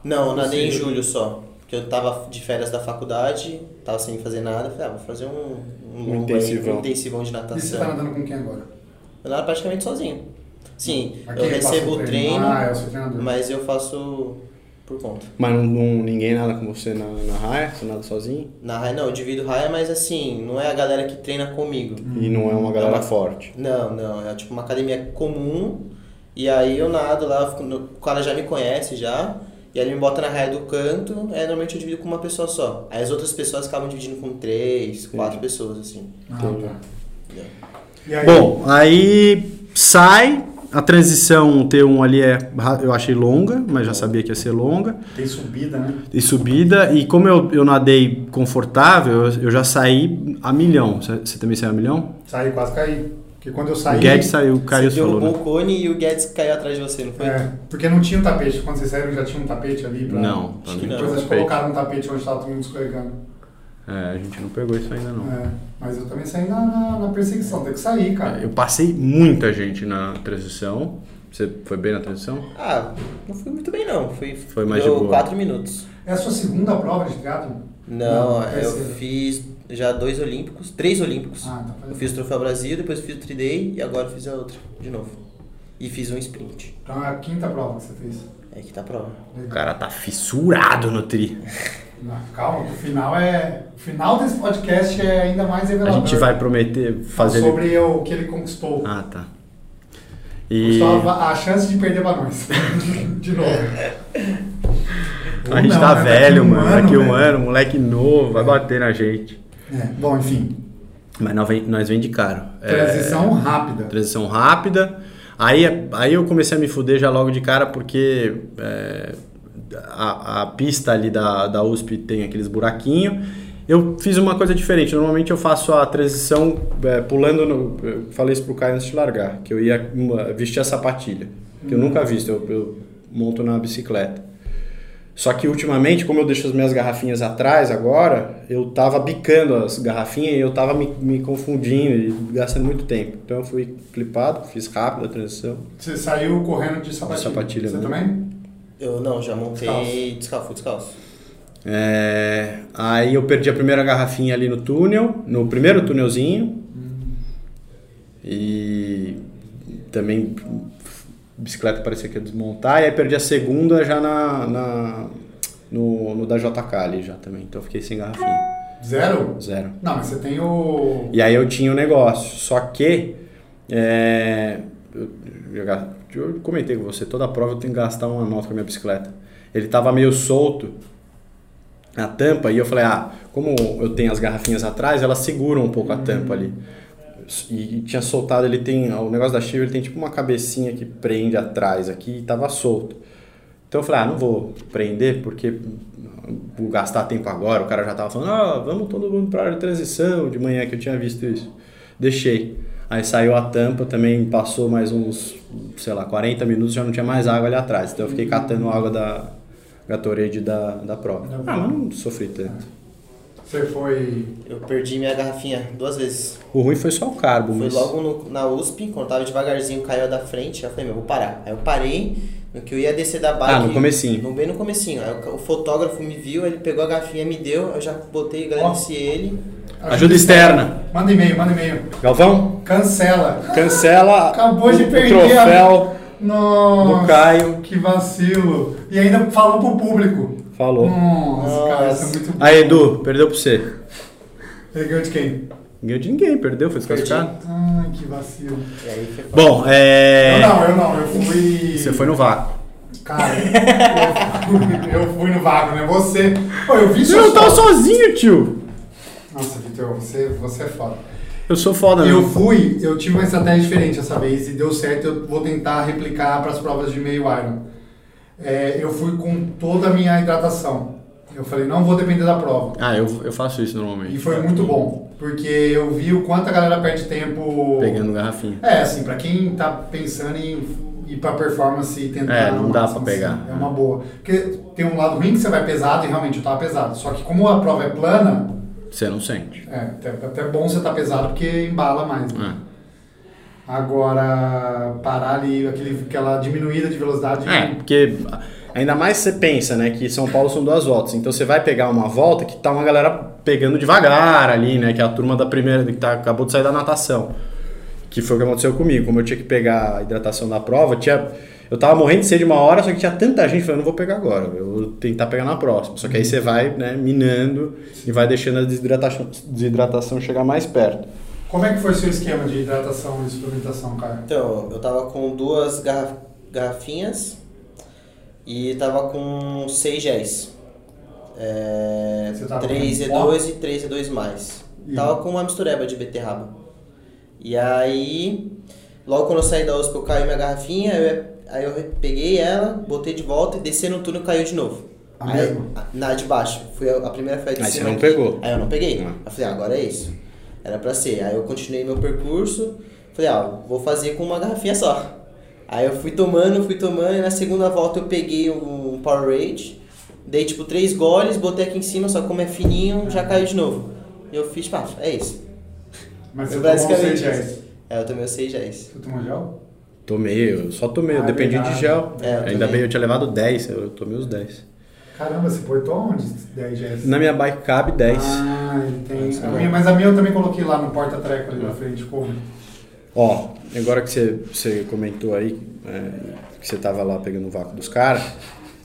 [SPEAKER 6] Não, eu nadei em
[SPEAKER 2] Sim.
[SPEAKER 6] julho só. Porque eu tava de férias da faculdade, tava sem fazer nada. Falei, ah, vou fazer um, um, longo aí,
[SPEAKER 1] intensivão.
[SPEAKER 6] um intensivão de
[SPEAKER 2] E você tá
[SPEAKER 6] natação.
[SPEAKER 2] nadando com quem agora?
[SPEAKER 6] Eu nado praticamente sozinho. Sim,
[SPEAKER 2] Mas
[SPEAKER 6] eu
[SPEAKER 2] quem passa
[SPEAKER 6] recebo o treino,
[SPEAKER 2] Ah, é o seu treinador.
[SPEAKER 6] mas eu faço por conta.
[SPEAKER 1] Mas não, não- ninguém nada com você na, na raia, você nada sozinho.
[SPEAKER 6] Na raia, não, eu divido raia, mas assim, não é a galera que treina comigo.
[SPEAKER 1] E não é uma galera
[SPEAKER 6] É uma-
[SPEAKER 1] forte.
[SPEAKER 6] Não, não, é tipo uma academia comum. E aí eu nado lá, eu fico no- o cara já me conhece já. E aí ele me bota na raia do canto, é normalmente eu divido com uma pessoa só. Aí as outras pessoas acabam dividindo com três, quatro pessoas, assim.
[SPEAKER 2] Ah,
[SPEAKER 1] Entendi.
[SPEAKER 2] tá. E aí,
[SPEAKER 1] Bom, aí sai. A transição T1 ali é, ra- eu achei longa, mas já sabia que ia ser longa.
[SPEAKER 2] tem subida, né?
[SPEAKER 1] E subida, e como eu, eu nadei confortável, eu, eu já saí a milhão. Você você também saiu a milhão?
[SPEAKER 2] Saí, quase caí. Porque quando eu saí. um
[SPEAKER 1] O Guedes saiu, o Caius
[SPEAKER 6] você
[SPEAKER 1] falou.
[SPEAKER 6] derrubou
[SPEAKER 1] né?
[SPEAKER 6] o cone e o Guedes caiu atrás de você, não foi?
[SPEAKER 2] É, porque não tinha um tapete. Quando vocês saíram já tinha um tapete ali pra.
[SPEAKER 1] Não, pra
[SPEAKER 6] Acho
[SPEAKER 1] mim
[SPEAKER 6] que
[SPEAKER 1] não.
[SPEAKER 6] não.
[SPEAKER 2] Depois eles
[SPEAKER 1] Tapete.
[SPEAKER 2] colocaram um tapete onde estava todo mundo escorregando.
[SPEAKER 1] É, a gente não pegou isso ainda não.
[SPEAKER 2] É, mas eu também saí na, na, na perseguição, tem que sair, cara.
[SPEAKER 1] É, Eu passei muita gente na transição. Você foi bem na transição?
[SPEAKER 6] Ah, não fui muito bem não. Fui,
[SPEAKER 1] Foi mais
[SPEAKER 6] deu
[SPEAKER 1] de boa.
[SPEAKER 6] quatro minutos.
[SPEAKER 2] É a sua segunda prova de triatlo?
[SPEAKER 6] Não,
[SPEAKER 2] Não,
[SPEAKER 6] eu
[SPEAKER 2] terceira.
[SPEAKER 6] fiz já dois olímpicos, três olímpicos.
[SPEAKER 2] Ah, tá fazendo.
[SPEAKER 6] Eu fiz o Troféu Brasil, depois fiz o Triday e agora fiz a outra, de novo. E fiz um sprint.
[SPEAKER 2] Então é a quinta prova que você fez.
[SPEAKER 6] É que tá a prova.
[SPEAKER 1] O cara tá fissurado no tri.
[SPEAKER 2] Não, Ah, calma, o final é. O final desse podcast é ainda mais
[SPEAKER 1] A
[SPEAKER 2] revelador.
[SPEAKER 1] gente vai prometer fazer. ele-
[SPEAKER 2] Sobre o que ele conquistou.
[SPEAKER 1] Ah, tá. E
[SPEAKER 2] Gustavo, a chance de perder pra nós. de novo.
[SPEAKER 1] a gente
[SPEAKER 2] Não,
[SPEAKER 1] tá
[SPEAKER 2] né?
[SPEAKER 1] velho,
[SPEAKER 2] Daqui um
[SPEAKER 1] mano. Daqui um
[SPEAKER 2] velho.
[SPEAKER 1] ano, moleque novo, vai bater na gente.
[SPEAKER 2] É, bom, enfim.
[SPEAKER 1] Mas nós vem, nós vem de caro. É,
[SPEAKER 2] Transição rápida.
[SPEAKER 1] transição rápida. Aí, aí eu comecei a me fuder já logo de cara, porque é, a, a pista ali da, da USP tem aqueles buraquinhos. Eu fiz uma coisa diferente. Normalmente eu faço a transição é, pulando. No, eu falei isso pro Caio antes de largar, que eu ia uma- vestir a sapatilha, que
[SPEAKER 2] Hum.
[SPEAKER 1] eu nunca visto. Eu, eu monto na bicicleta. Só que ultimamente, como eu deixo as minhas garrafinhas atrás agora, eu tava bicando as garrafinhas e eu tava me, me confundindo e gastando muito tempo. Então eu fui clipado, fiz rápido a transição.
[SPEAKER 2] Você saiu correndo de sapatilha.
[SPEAKER 1] De sapatilha,
[SPEAKER 2] Você
[SPEAKER 1] né?
[SPEAKER 2] também?
[SPEAKER 6] Eu não, já montei descalço, fui descalço.
[SPEAKER 1] É, aí eu perdi a primeira garrafinha ali no túnel, no primeiro túnelzinho. E também bicicleta parecia que ia desmontar. E aí perdi a segunda já na, na- no, no da JK ali já também. Então eu fiquei sem garrafinha.
[SPEAKER 2] Zero?
[SPEAKER 1] Zero.
[SPEAKER 2] Não, mas você tem o.
[SPEAKER 1] E aí eu tinha o negócio. Só que. é, eu, eu ga- eu comentei com você, toda prova eu tenho que gastar uma nota com a minha bicicleta. Ele tava meio solto na tampa e eu falei, ah, como eu tenho as garrafinhas atrás, elas seguram um pouco a tampa ali. E, e tinha soltado, ele tem. O negócio da Shiva ele tem tipo uma cabecinha que prende atrás aqui e tava solto. Então eu falei, ah, não vou prender porque vou gastar tempo agora. O cara já tava falando, ah, vamos todo mundo para a área de transição de manhã que eu tinha visto isso. Deixei. Aí saiu a tampa, também passou mais uns, sei lá, 40 minutos, já não tinha mais água ali atrás. Então eu fiquei catando água da Gatorade da, da prova.
[SPEAKER 2] Não.
[SPEAKER 1] Ah, mas não sofri tanto.
[SPEAKER 2] Você foi.
[SPEAKER 6] Eu perdi minha garrafinha duas vezes.
[SPEAKER 1] O ruim foi só o carbo,
[SPEAKER 6] Foi
[SPEAKER 1] mas...
[SPEAKER 6] logo no- na USP, quando tava devagarzinho, caiu da frente. Aí eu falei, meu, vou parar. Aí eu parei, no que eu ia descer da bike.
[SPEAKER 1] Ah, no comecinho.
[SPEAKER 6] No, bem no comecinho. Aí o, ca- o fotógrafo me viu, ele pegou a garrafinha, me deu, eu já botei, agradeci ele.
[SPEAKER 1] Ajuda externa.
[SPEAKER 2] Manda e-mail, manda e-mail.
[SPEAKER 1] Galvão,
[SPEAKER 2] Cancela.
[SPEAKER 1] cancela
[SPEAKER 2] Acabou
[SPEAKER 1] o,
[SPEAKER 2] de
[SPEAKER 1] o
[SPEAKER 2] perder
[SPEAKER 1] troféu
[SPEAKER 2] Nossa.
[SPEAKER 1] do Caio.
[SPEAKER 2] Que vacilo. E ainda falou pro público.
[SPEAKER 1] Falou.
[SPEAKER 2] Hum. Nossa, cara, isso é
[SPEAKER 6] Nossa.
[SPEAKER 2] muito bom.
[SPEAKER 1] Aí, Edu, perdeu pra você.
[SPEAKER 2] Ele ganhou de quem?
[SPEAKER 1] Ganhou de ninguém, perdeu, foi desclassificado.
[SPEAKER 2] Ai, que vacilo.
[SPEAKER 6] E aí foi
[SPEAKER 1] Bom,
[SPEAKER 2] Eu
[SPEAKER 1] é...
[SPEAKER 2] não, eu não, eu fui.
[SPEAKER 1] Você foi no vácuo.
[SPEAKER 2] Cara, eu fui, eu fui no vago, né? Você. Pô, eu vi
[SPEAKER 1] Você
[SPEAKER 2] suas
[SPEAKER 1] não tava
[SPEAKER 2] fotos.
[SPEAKER 1] sozinho, tio.
[SPEAKER 2] Nossa, Vitor, você, você é foda.
[SPEAKER 1] Eu sou foda, né?
[SPEAKER 2] Eu
[SPEAKER 1] não.
[SPEAKER 2] fui, eu tive uma estratégia diferente essa vez e deu certo. Eu vou tentar replicar para as provas de meio Iron. É, eu fui com toda a minha hidratação. Eu falei, não vou depender da prova.
[SPEAKER 1] Ah, eu, eu faço isso normalmente.
[SPEAKER 2] E foi muito bom, porque eu vi o quanto a galera perde tempo.
[SPEAKER 1] Pegando garrafinha.
[SPEAKER 2] É, assim, pra quem tá pensando em ir pra performance e tentar.
[SPEAKER 1] É, não
[SPEAKER 2] ao
[SPEAKER 1] dá
[SPEAKER 2] máximo,
[SPEAKER 1] pra pegar.
[SPEAKER 2] assim, é uma boa. Porque tem um lado ruim que você vai pesado e realmente eu tava pesado. Só que como a prova é plana,
[SPEAKER 1] Você não sente.
[SPEAKER 2] é até, até bom você tá pesado porque embala mais. né?
[SPEAKER 1] Ah.
[SPEAKER 2] Agora, parar ali, aquele, aquela diminuída de velocidade.
[SPEAKER 1] É, porque ainda mais você pensa, né, que São Paulo são duas voltas. Então você vai pegar uma volta que tá uma galera pegando devagar ali, né, que é a turma da primeira que tá, acabou de sair da natação. Que foi o que aconteceu comigo. Como eu tinha que pegar a hidratação da prova, tinha eu tava morrendo de sede uma hora, só que tinha tanta gente falando, não vou pegar agora, eu vou tentar pegar na próxima. Só que aí você vai, né, minando e vai deixando a desidratação, desidratação chegar mais perto.
[SPEAKER 2] Como é que foi seu esquema de hidratação e suplementação, cara?
[SPEAKER 6] Então, eu tava com duas garra- garrafinhas e tava com seis géis. É,
[SPEAKER 2] Você tava com
[SPEAKER 6] 3 E2 e 3 E2 mais.
[SPEAKER 2] E- um.
[SPEAKER 6] Tava com uma mistureba de beterraba. E aí, logo quando eu saí da USP, eu caí minha garrafinha, eu- aí eu re- peguei ela, botei de volta e desci no túnel caiu de novo.
[SPEAKER 2] A
[SPEAKER 6] aí,
[SPEAKER 2] mesma?
[SPEAKER 6] a- na de baixo. Fui a, a primeira foi a de
[SPEAKER 1] Aí você
[SPEAKER 6] cima.
[SPEAKER 1] não
[SPEAKER 6] aqui.
[SPEAKER 1] pegou.
[SPEAKER 6] Aí eu não peguei.
[SPEAKER 1] Ah.
[SPEAKER 6] Eu falei, ah, agora é isso. Era pra ser. Aí eu continuei meu percurso. Falei, ah, vou fazer com uma garrafinha só. Aí eu fui tomando, fui tomando. E na segunda volta eu peguei um Powerade. Dei tipo três goles, botei aqui em cima. Só que como é fininho,
[SPEAKER 1] Ah.
[SPEAKER 6] já caiu de novo. E eu fiz, pá, é isso.
[SPEAKER 2] Mas
[SPEAKER 6] Foi
[SPEAKER 2] você tomou um seis
[SPEAKER 6] É isso.
[SPEAKER 2] gels.
[SPEAKER 6] É, eu tomei os seis géis.
[SPEAKER 2] Você tomou gel?
[SPEAKER 1] Tomei, eu só tomei, eu
[SPEAKER 2] Ah,
[SPEAKER 1] dependi
[SPEAKER 2] verdade.
[SPEAKER 1] de gel.
[SPEAKER 6] É, eu
[SPEAKER 1] ainda
[SPEAKER 6] também.
[SPEAKER 1] bem, eu tinha levado 10, eu tomei os 10.
[SPEAKER 2] Caramba, você portou onde 10 gels?
[SPEAKER 1] Na minha bike cabe 10.
[SPEAKER 2] Ah, entendi.
[SPEAKER 1] Essa
[SPEAKER 2] A
[SPEAKER 1] é
[SPEAKER 2] minha, mas a minha eu também coloquei lá no porta-treco ali na frente, como?
[SPEAKER 1] Ó, agora que você, você comentou aí é, que você tava lá pegando o vácuo dos caras,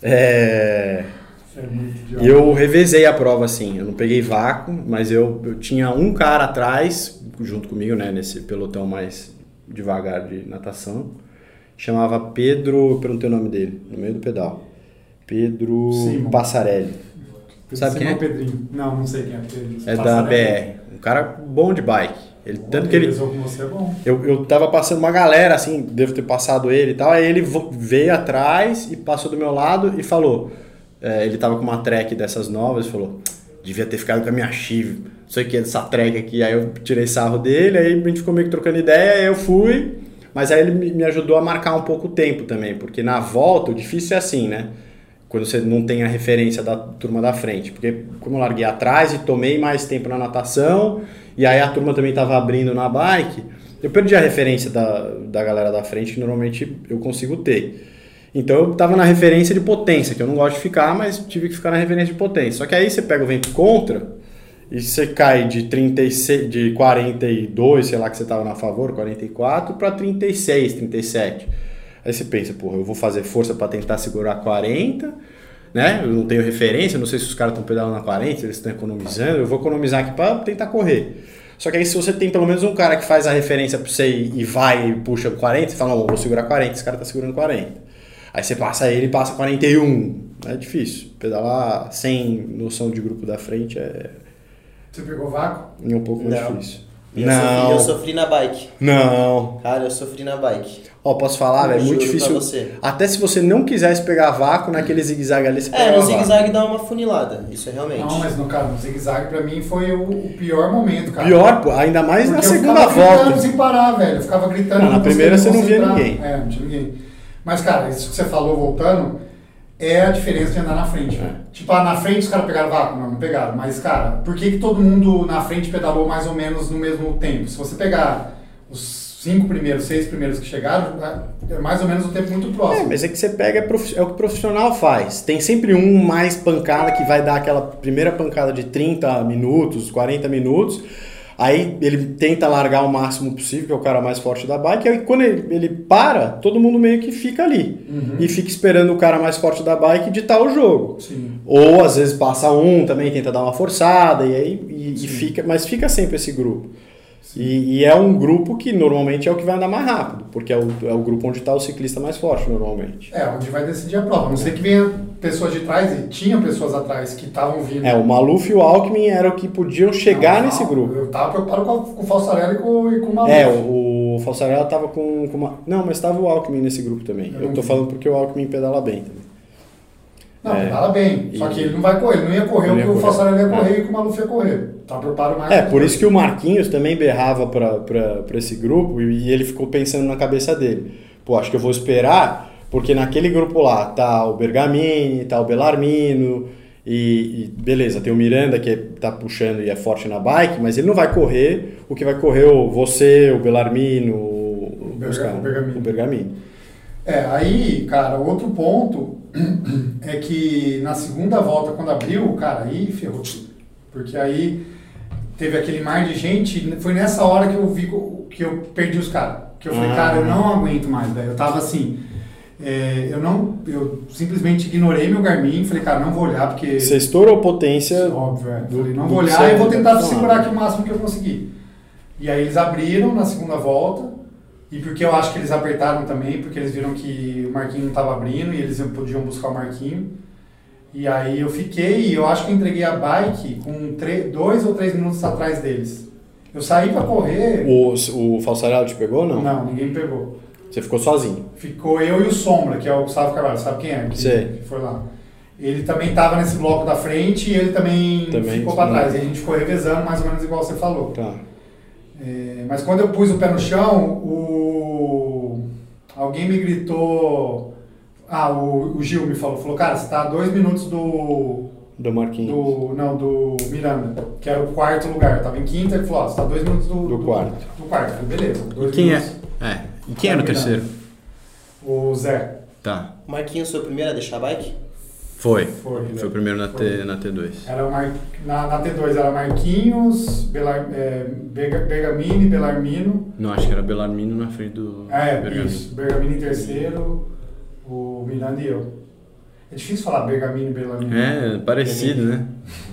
[SPEAKER 1] é,
[SPEAKER 2] Isso é muito idiota.
[SPEAKER 1] eu revezei a prova assim. Eu não peguei vácuo, mas eu, eu tinha um cara atrás, junto comigo, né, nesse pelotão mais devagar de natação. Chamava Pedro, eu perguntei o nome dele, no meio do pedal. Pedro
[SPEAKER 2] Simon.
[SPEAKER 1] Passarelli. sabe quem
[SPEAKER 2] Simão
[SPEAKER 1] é?
[SPEAKER 2] Pedrinho. Não, não sei quem é. porque eles
[SPEAKER 1] É da
[SPEAKER 2] passaram-
[SPEAKER 1] BR. Um cara bom de bike. Ele,
[SPEAKER 2] Bom,
[SPEAKER 1] tanto que ele,
[SPEAKER 2] revezou com você é bom.
[SPEAKER 1] Eu, eu tava passando uma galera, assim, devo ter passado ele e tal. Aí ele vo- veio atrás e passou do meu lado e falou. é, ele tava com uma track dessas novas e falou: devia ter ficado com a minha Chive, não sei o que, dessa track aqui. Aí eu tirei sarro dele, aí a gente ficou meio que trocando ideia, aí eu fui. Mas aí ele me- me ajudou a marcar um pouco o tempo também, porque na volta o difícil é assim, né? Quando você não tem a referência da turma da frente. Porque como eu larguei atrás e tomei mais tempo na natação, e aí a turma também tava abrindo na bike, eu perdi a referência da, da galera da frente, que normalmente eu consigo ter. Então eu tava na referência de potência, que eu não gosto de ficar, mas tive que ficar na referência de potência. Só que aí você pega o vento contra e você cai de 36, de 42, sei lá que você tava na favor, 44 para 36, 37. Aí você pensa, porra, eu vou fazer força para tentar segurar 40, né? Eu não tenho referência, eu não sei se os caras estão pedalando na 40, se eles estão economizando, eu vou economizar aqui para tentar correr. Só que aí se você tem pelo menos um cara que faz a referência para você e e vai e puxa 40, você fala, não, eu vou segurar 40, esse cara tá segurando 40. Aí você passa ele e passa 41. É difícil. Pedalar sem noção de grupo da frente é
[SPEAKER 2] Você pegou vácuo?
[SPEAKER 1] é um pouco mais
[SPEAKER 6] Não.
[SPEAKER 1] difícil.
[SPEAKER 6] Eu
[SPEAKER 1] Não.
[SPEAKER 6] sofri- eu sofri na bike.
[SPEAKER 1] Não.
[SPEAKER 6] Cara, eu sofri na bike.
[SPEAKER 1] Ó, posso falar, velho? É muito
[SPEAKER 6] Juro pra
[SPEAKER 1] difícil.
[SPEAKER 6] você.
[SPEAKER 1] Até se você não quisesse pegar vácuo naquele zigue-zague ali, você
[SPEAKER 6] É,
[SPEAKER 1] pegava
[SPEAKER 6] no
[SPEAKER 1] vácuo.
[SPEAKER 6] zigue-zague dá uma funilada. Isso é realmente.
[SPEAKER 2] Não, mas no cara, no zigue-zague pra mim foi o, o pior momento, cara.
[SPEAKER 1] Pior, pô, ainda mais na
[SPEAKER 2] Porque
[SPEAKER 1] segunda
[SPEAKER 2] eu ficava gritando
[SPEAKER 1] volta.
[SPEAKER 2] sem parar, velho. Eu ficava gritando.
[SPEAKER 1] Ah, na
[SPEAKER 2] não conseguia
[SPEAKER 1] primeira
[SPEAKER 2] me
[SPEAKER 1] você não via
[SPEAKER 2] concentrar.
[SPEAKER 1] ninguém.
[SPEAKER 2] É, não tinha ninguém. Mas, cara, isso que você falou voltando é a diferença de andar na frente,
[SPEAKER 1] É.
[SPEAKER 2] velho. Tipo, ah, na frente os caras pegaram vácuo? Não, não pegaram. Mas, cara, por que, que todo mundo na frente pedalou mais ou menos no mesmo tempo? Se você pegar os cinco primeiros, seis primeiros que chegaram, é mais ou menos um tempo muito
[SPEAKER 1] É,
[SPEAKER 2] próximo.
[SPEAKER 1] mas é que você pega, é, profi- é o que o profissional faz. Tem sempre um mais pancada que vai dar aquela primeira pancada de 30 minutos, 40 minutos. Aí ele tenta largar o máximo possível, que é o cara mais forte da bike. Aí quando ele, ele para, todo mundo meio que fica ali.
[SPEAKER 6] Uhum.
[SPEAKER 1] E fica esperando o cara mais forte da bike ditar o jogo.
[SPEAKER 2] Sim.
[SPEAKER 1] Ou às vezes passa um também, tenta dar uma forçada, e aí e- e
[SPEAKER 2] Sim.
[SPEAKER 1] fica, mas fica sempre esse grupo. E, e é um grupo que normalmente é o que vai andar mais rápido, porque é o, é o grupo onde está o ciclista mais forte normalmente.
[SPEAKER 2] É, onde vai decidir a prova. A não ser que venha pessoas de trás, e tinha pessoas atrás que estavam vindo.
[SPEAKER 1] É, o Maluf e o Alckmin eram o que podiam chegar
[SPEAKER 2] Não,
[SPEAKER 1] nesse
[SPEAKER 2] não,
[SPEAKER 1] grupo.
[SPEAKER 2] Eu tava preocupado com, a- com o Falsarelli e com, e com o Maluf.
[SPEAKER 1] É, o, o Falsarella tava com, com uma... Não, mas tava o Alckmin nesse grupo também.
[SPEAKER 2] Eu
[SPEAKER 1] Eu
[SPEAKER 2] não
[SPEAKER 1] tô
[SPEAKER 2] vi.
[SPEAKER 1] falando porque o Alckmin pedala bem também.
[SPEAKER 2] Não,
[SPEAKER 1] É.
[SPEAKER 2] fala bem. Só
[SPEAKER 1] E-
[SPEAKER 2] que ele não vai correr, ele não ia correr
[SPEAKER 1] Não
[SPEAKER 2] o
[SPEAKER 1] ia
[SPEAKER 2] que o
[SPEAKER 1] correr.
[SPEAKER 2] Falsarelli ia
[SPEAKER 1] É.
[SPEAKER 2] correr e o que o Maluf ia correr. Tá preparado mais.
[SPEAKER 1] É, por isso que o Marquinhos também berrava pra- pra pra esse grupo e, e ele ficou pensando na cabeça dele. Pô, acho que eu vou esperar, porque naquele grupo lá tá o Bergamini, tá o Belarmino, e, e beleza, tem o Miranda que tá puxando e é forte na bike, mas ele não vai correr o que vai correr é o você, o Belarmino, o,
[SPEAKER 2] Berga-
[SPEAKER 1] os caras,
[SPEAKER 2] o Bergamini.
[SPEAKER 1] o Bergamini.
[SPEAKER 2] É, aí, cara, outro ponto é que na segunda volta, quando abriu, cara, aí ferrou tudo. Porque aí teve aquele mar de gente, foi nessa hora que eu vi co- que eu perdi os caras. Que eu falei,
[SPEAKER 1] Ah.
[SPEAKER 2] cara, eu não aguento mais, velho. Eu tava assim, é, eu não, eu simplesmente ignorei meu Garmin, falei, cara, não vou olhar, porque...
[SPEAKER 1] Você estourou potência.
[SPEAKER 2] Óbvio, é.
[SPEAKER 1] do-
[SPEAKER 2] Falei, não
[SPEAKER 1] do
[SPEAKER 2] vou
[SPEAKER 1] que
[SPEAKER 2] olhar
[SPEAKER 1] você
[SPEAKER 2] e vou tentar
[SPEAKER 1] tá
[SPEAKER 2] segurar
[SPEAKER 1] falando.
[SPEAKER 2] aqui o máximo que eu conseguir. E aí eles abriram na segunda volta, e porque eu acho que eles apertaram também, porque eles viram que o Marquinho não estava abrindo e eles podiam buscar o Marquinho. E aí eu fiquei, eu acho que eu entreguei a bike com tre- dois ou três minutos atrás deles. Eu saí para correr.
[SPEAKER 1] O, o Falsarello te pegou ou não?
[SPEAKER 2] Não, ninguém me pegou.
[SPEAKER 1] Você ficou sozinho.
[SPEAKER 2] Ficou eu e o Sombra, que é o Gustavo Carvalho, sabe quem é? Que,
[SPEAKER 1] Sei.
[SPEAKER 2] que foi lá. Ele também estava nesse bloco da frente e ele também,
[SPEAKER 1] Também,
[SPEAKER 2] ficou para
[SPEAKER 1] sim.
[SPEAKER 2] trás. E a gente ficou revezando mais ou menos igual você falou.
[SPEAKER 1] Tá.
[SPEAKER 2] É, mas quando eu pus o pé no chão, o... alguém me gritou. Ah, o, o Gil me falou, falou, cara, você tá a dois minutos do.
[SPEAKER 1] Do Marquinhos.
[SPEAKER 2] do. Não, do Miranda, que era o quarto lugar. Eu tava em quinta, ele falou, ó, você tá a dois minutos do.
[SPEAKER 1] Do quarto.
[SPEAKER 2] Do quarto. Eu falei, beleza.
[SPEAKER 7] E
[SPEAKER 2] dois
[SPEAKER 7] quem é?
[SPEAKER 2] minutos.
[SPEAKER 7] É. E quem era
[SPEAKER 2] Tá,
[SPEAKER 7] o terceiro?
[SPEAKER 2] O Zé.
[SPEAKER 7] Tá.
[SPEAKER 6] Marquinhos foi o primeiro a deixar a bike?
[SPEAKER 7] Foi.
[SPEAKER 2] Foi, né?
[SPEAKER 7] Foi o primeiro na, T, na T2.
[SPEAKER 2] Era o Mar... na, na T2 era Marquinhos, Belar... é, Berga- Bergamini, Belarmino.
[SPEAKER 7] Não, acho que era Belarmino na frente do.
[SPEAKER 2] Ah, é,
[SPEAKER 7] Bergamini.
[SPEAKER 2] isso. Bergamini em terceiro, o Miranda e eu. É difícil falar Bergamini e Belarmino.
[SPEAKER 7] É, parecido, né?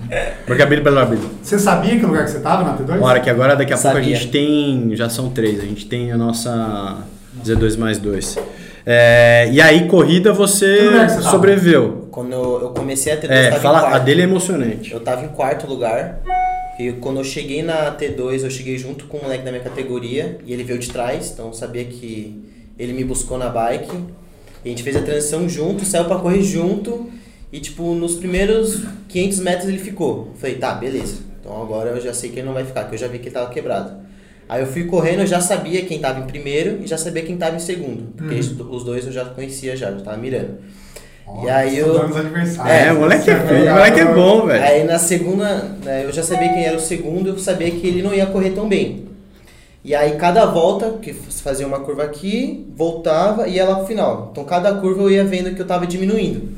[SPEAKER 7] é Bergamino Belarmino.
[SPEAKER 2] Você sabia que lugar que você tava na T2?
[SPEAKER 7] Bora, que agora daqui a pouco a
[SPEAKER 6] Sabia.
[SPEAKER 7] gente tem. Já são três, a gente tem a nossa Z2 mais 2. É, e aí, corrida,
[SPEAKER 2] Que lugar
[SPEAKER 7] você
[SPEAKER 2] que você tava?
[SPEAKER 7] sobreviveu.
[SPEAKER 6] Quando eu eu comecei a T2, eu
[SPEAKER 7] É,
[SPEAKER 6] tava em
[SPEAKER 7] fala, a
[SPEAKER 6] tá quarto.
[SPEAKER 7] dele é emocionante.
[SPEAKER 6] Eu tava em quarto lugar. E quando eu cheguei na T2, eu cheguei junto com um moleque da minha categoria. E ele veio de trás, então eu sabia que ele me buscou na bike. E a gente fez a transição junto, saiu pra correr junto. E, tipo, nos primeiros 500 metros ele ficou. Eu falei, tá, beleza. Então agora eu já sei que ele não vai ficar, que eu já vi que ele tava quebrado. Aí eu fui correndo, eu já sabia quem tava em primeiro e já sabia quem tava em segundo. Porque eles-
[SPEAKER 7] Uhum.
[SPEAKER 6] os dois eu já conhecia já, eu tava mirando. e aí eu.
[SPEAKER 2] Anos aniversário.
[SPEAKER 7] É, o moleque é,
[SPEAKER 2] Você tá
[SPEAKER 7] o moleque é
[SPEAKER 2] legal.
[SPEAKER 7] bom, velho.
[SPEAKER 6] Aí na segunda, né, eu já sabia quem era o segundo, eu sabia que ele não ia correr tão bem. E aí cada volta, que f- fazia uma curva aqui, voltava e ia lá pro final. Então cada curva eu ia vendo que eu tava diminuindo.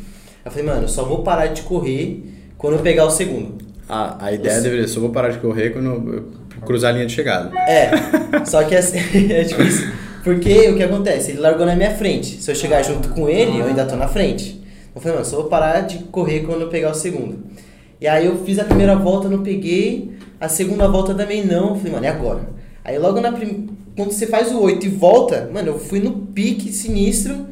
[SPEAKER 6] Eu falei, mano, eu só vou parar de correr quando eu pegar o segundo.
[SPEAKER 7] A, a ideia deveria só vou parar de correr quando eu cruzar a linha de chegada.
[SPEAKER 6] É, só que assim, é difícil. Porque o que acontece? Ele largou na minha frente. Se eu chegar junto com ele, eu ainda tô na frente. Eu falei, mano, só vou parar de correr quando eu pegar o segundo. E aí eu fiz a primeira volta, não peguei. A segunda volta também não. Eu falei, mano, é agora. Aí logo na primeira. Quando você faz o 8 e volta, mano, eu fui no pique sinistro.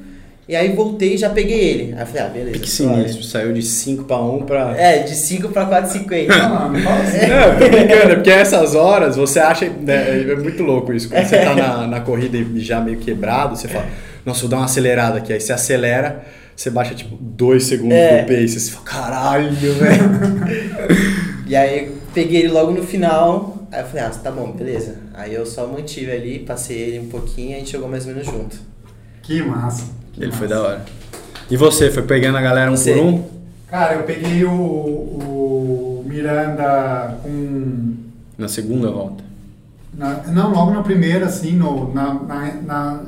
[SPEAKER 6] E aí voltei e já peguei ele. Aí eu falei, ah, beleza.
[SPEAKER 1] Pique sinistro, saiu de 5 para 1 para.
[SPEAKER 6] É, de 5 pra 4,50.
[SPEAKER 2] Não, não fala assim.
[SPEAKER 1] Não, eu tô brincando, é porque essas horas você acha. né, é muito louco isso. Quando você tá na, na corrida e já meio quebrado, você fala, nossa, vou dar uma acelerada aqui. Aí você acelera, você baixa tipo 2 segundos
[SPEAKER 6] É.
[SPEAKER 1] do pace. Você fala, caralho, velho.
[SPEAKER 6] e aí peguei ele logo no final. Aí eu falei, ah, tá bom, beleza. Aí eu só mantive ali, passei ele um pouquinho, a gente jogou mais ou menos junto.
[SPEAKER 2] Que massa. que
[SPEAKER 1] Ele foi
[SPEAKER 2] massa.
[SPEAKER 1] da hora. E você, foi pegando a galera um
[SPEAKER 6] Você.
[SPEAKER 1] por um?
[SPEAKER 2] Cara, eu peguei o, o Miranda com.
[SPEAKER 1] Na segunda volta.
[SPEAKER 2] na- não, logo na primeira, assim, no, na, na, na,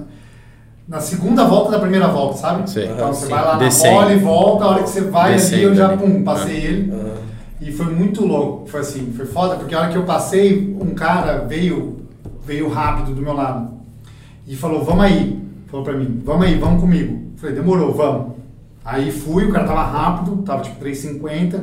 [SPEAKER 2] na segunda volta da primeira volta, sabe?
[SPEAKER 1] Sei.
[SPEAKER 2] Então
[SPEAKER 6] Aham,
[SPEAKER 2] você
[SPEAKER 6] sim.
[SPEAKER 2] vai lá
[SPEAKER 1] Descendo.
[SPEAKER 2] na bola e volta, a hora que você vai ali, eu
[SPEAKER 1] Descendo
[SPEAKER 2] já,
[SPEAKER 1] ali.
[SPEAKER 2] pum, passei ele.
[SPEAKER 6] Ah,
[SPEAKER 2] E foi muito louco, foi assim, foi foda, porque a hora que eu passei, um cara veio, veio rápido do meu lado e falou, vamos aí, falou pra mim, vamos aí, vamos comigo. Falei, demorou, vamos. Aí fui, o cara tava rápido, tava tipo 3,50,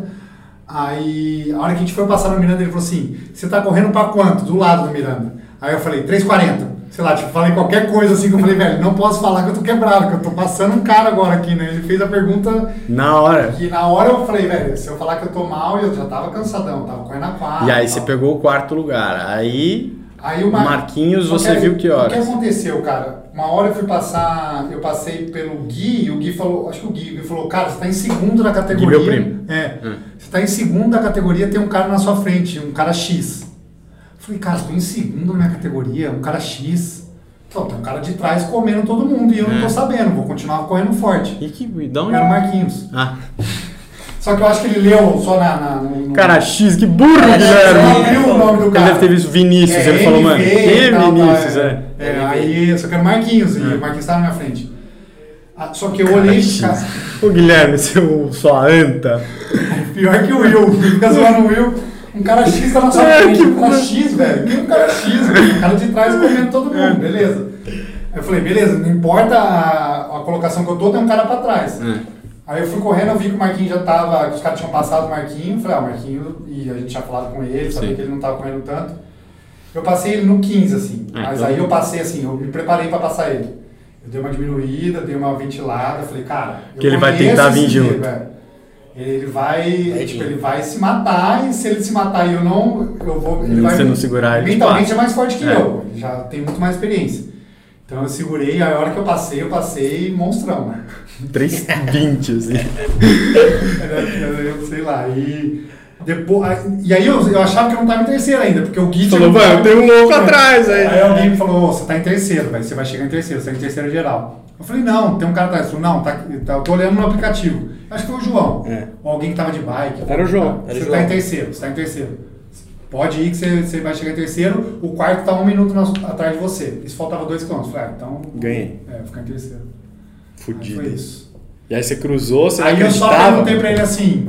[SPEAKER 2] aí a hora que a gente foi passar no Miranda, ele falou assim, você tá correndo pra quanto? Do lado do Miranda. Aí eu falei, 3,40. Sei lá, tipo, falei qualquer coisa assim que eu falei, velho, não posso falar que eu tô quebrado, que eu tô passando um cara agora aqui, né? Ele fez a pergunta
[SPEAKER 1] Na hora.
[SPEAKER 2] que na hora eu falei, velho, se eu falar que eu tô mal, eu já tava cansadão, tava correndo a quadra.
[SPEAKER 1] E aí
[SPEAKER 2] tal.
[SPEAKER 1] você pegou o quarto lugar. Aí.
[SPEAKER 2] Aí o Mar-
[SPEAKER 1] Marquinhos,
[SPEAKER 2] Só
[SPEAKER 1] você
[SPEAKER 2] aí,
[SPEAKER 1] viu que horas?
[SPEAKER 2] O que aconteceu, cara? Uma hora eu fui passar, eu passei pelo Gui, e o Gui falou, acho que o Gui, o Gui falou, cara, você tá em segundo na categoria.
[SPEAKER 1] meu primo.
[SPEAKER 2] É.
[SPEAKER 1] Hum.
[SPEAKER 2] Você tá em segundo na categoria, tem um cara na sua frente, um cara X. Eu falei, cara, eu tô em segundo na minha categoria, um cara X. Então, tem um cara de trás comendo todo mundo e eu
[SPEAKER 1] É.
[SPEAKER 2] não tô sabendo, vou continuar correndo forte.
[SPEAKER 1] E que. e Da onde?
[SPEAKER 2] Era o Marquinhos.
[SPEAKER 1] Ah.
[SPEAKER 2] Só que eu acho que ele leu só na. na no, no-
[SPEAKER 1] Cara, X, que burro,
[SPEAKER 6] É,
[SPEAKER 1] Guilherme!
[SPEAKER 6] é,
[SPEAKER 2] Não abriu o nome do
[SPEAKER 1] Ele
[SPEAKER 2] cara.
[SPEAKER 1] deve ter visto Vinícius,
[SPEAKER 2] É,
[SPEAKER 1] ele falou, mano,
[SPEAKER 2] MV,
[SPEAKER 1] que
[SPEAKER 2] tal, tal,
[SPEAKER 1] Vinícius, é.
[SPEAKER 2] é. É, aí, só que era o Marquinhos, e o Marquinhos tava na minha frente. Ah, Só que eu olhei, cara,
[SPEAKER 1] Ô Guilherme, seu sua anta.
[SPEAKER 2] pior que o Will, fica zoando o Will, um cara X tá na sua
[SPEAKER 1] É,
[SPEAKER 2] frente,
[SPEAKER 1] que
[SPEAKER 2] um cara
[SPEAKER 1] coisa.
[SPEAKER 2] X, velho, que um cara X, velho, um cara de trás comendo todo
[SPEAKER 1] É.
[SPEAKER 2] mundo, beleza. Aí eu falei, beleza, não importa a, a colocação que eu tô, tem um cara pra trás.
[SPEAKER 1] É.
[SPEAKER 2] Aí eu fui correndo, eu vi que o Marquinhos já tava, que os caras tinham passado o Marquinhos, falei, ah, o Marquinhos, e a gente tinha falado com ele, sabia
[SPEAKER 1] Sim.
[SPEAKER 2] que ele não tava correndo tanto. Eu passei ele no 15, assim,
[SPEAKER 1] Ah,
[SPEAKER 2] mas
[SPEAKER 1] então-
[SPEAKER 2] aí eu passei assim, eu me preparei pra passar ele. Eu dei uma diminuída, dei uma ventilada, falei, cara, eu
[SPEAKER 1] Que ele vai
[SPEAKER 2] conheço
[SPEAKER 1] tentar
[SPEAKER 2] esse
[SPEAKER 1] vir
[SPEAKER 2] nego,
[SPEAKER 1] junto.
[SPEAKER 2] é. Ele vai,
[SPEAKER 6] Vai
[SPEAKER 2] tipo,
[SPEAKER 6] vir.
[SPEAKER 2] ele vai se matar e se ele se matar e eu não, eu vou, ele
[SPEAKER 1] Se
[SPEAKER 2] vai
[SPEAKER 1] você
[SPEAKER 2] me-
[SPEAKER 1] não segurar, ele te
[SPEAKER 2] mentalmente
[SPEAKER 1] passa.
[SPEAKER 2] é mais forte que
[SPEAKER 1] É.
[SPEAKER 2] eu, ele já tem muito mais experiência. Então eu segurei, aí a hora que eu passei, eu passei monstrão, né?
[SPEAKER 1] 320, assim.
[SPEAKER 2] Era- era- eu né? sei lá, e depois, aí- e aí eu, eu achava que eu não tava em terceiro ainda, porque o Gui tinha-
[SPEAKER 1] Falou,
[SPEAKER 2] É.
[SPEAKER 1] mano, tem um louco atrás aí.
[SPEAKER 2] Aí alguém me falou, "Ô, você tá em terceiro, velho, você vai chegar em terceiro, você tá em terceiro geral. Eu falei, não, tem um cara atrás. Ele falou, não, tá, aqui, tá, eu tô olhando no aplicativo. Acho que foi o João.
[SPEAKER 1] É.
[SPEAKER 2] Ou alguém que tava de bike.
[SPEAKER 1] Era o João.
[SPEAKER 2] Você
[SPEAKER 6] Era o
[SPEAKER 2] tá
[SPEAKER 6] João.
[SPEAKER 2] em terceiro, você tá em terceiro. Pode ir que você, você vai chegar em terceiro, o quarto tá um minuto na- atrás de você. Isso faltava dois quilômetros. Falei, ah, então...
[SPEAKER 1] Ganhei.
[SPEAKER 2] É, vou ficar em terceiro. Aí
[SPEAKER 1] Fudido.
[SPEAKER 2] foi isso.
[SPEAKER 1] E aí você cruzou, você
[SPEAKER 2] Aí
[SPEAKER 1] não
[SPEAKER 2] eu só
[SPEAKER 1] acreditava?
[SPEAKER 2] perguntei pra ele assim,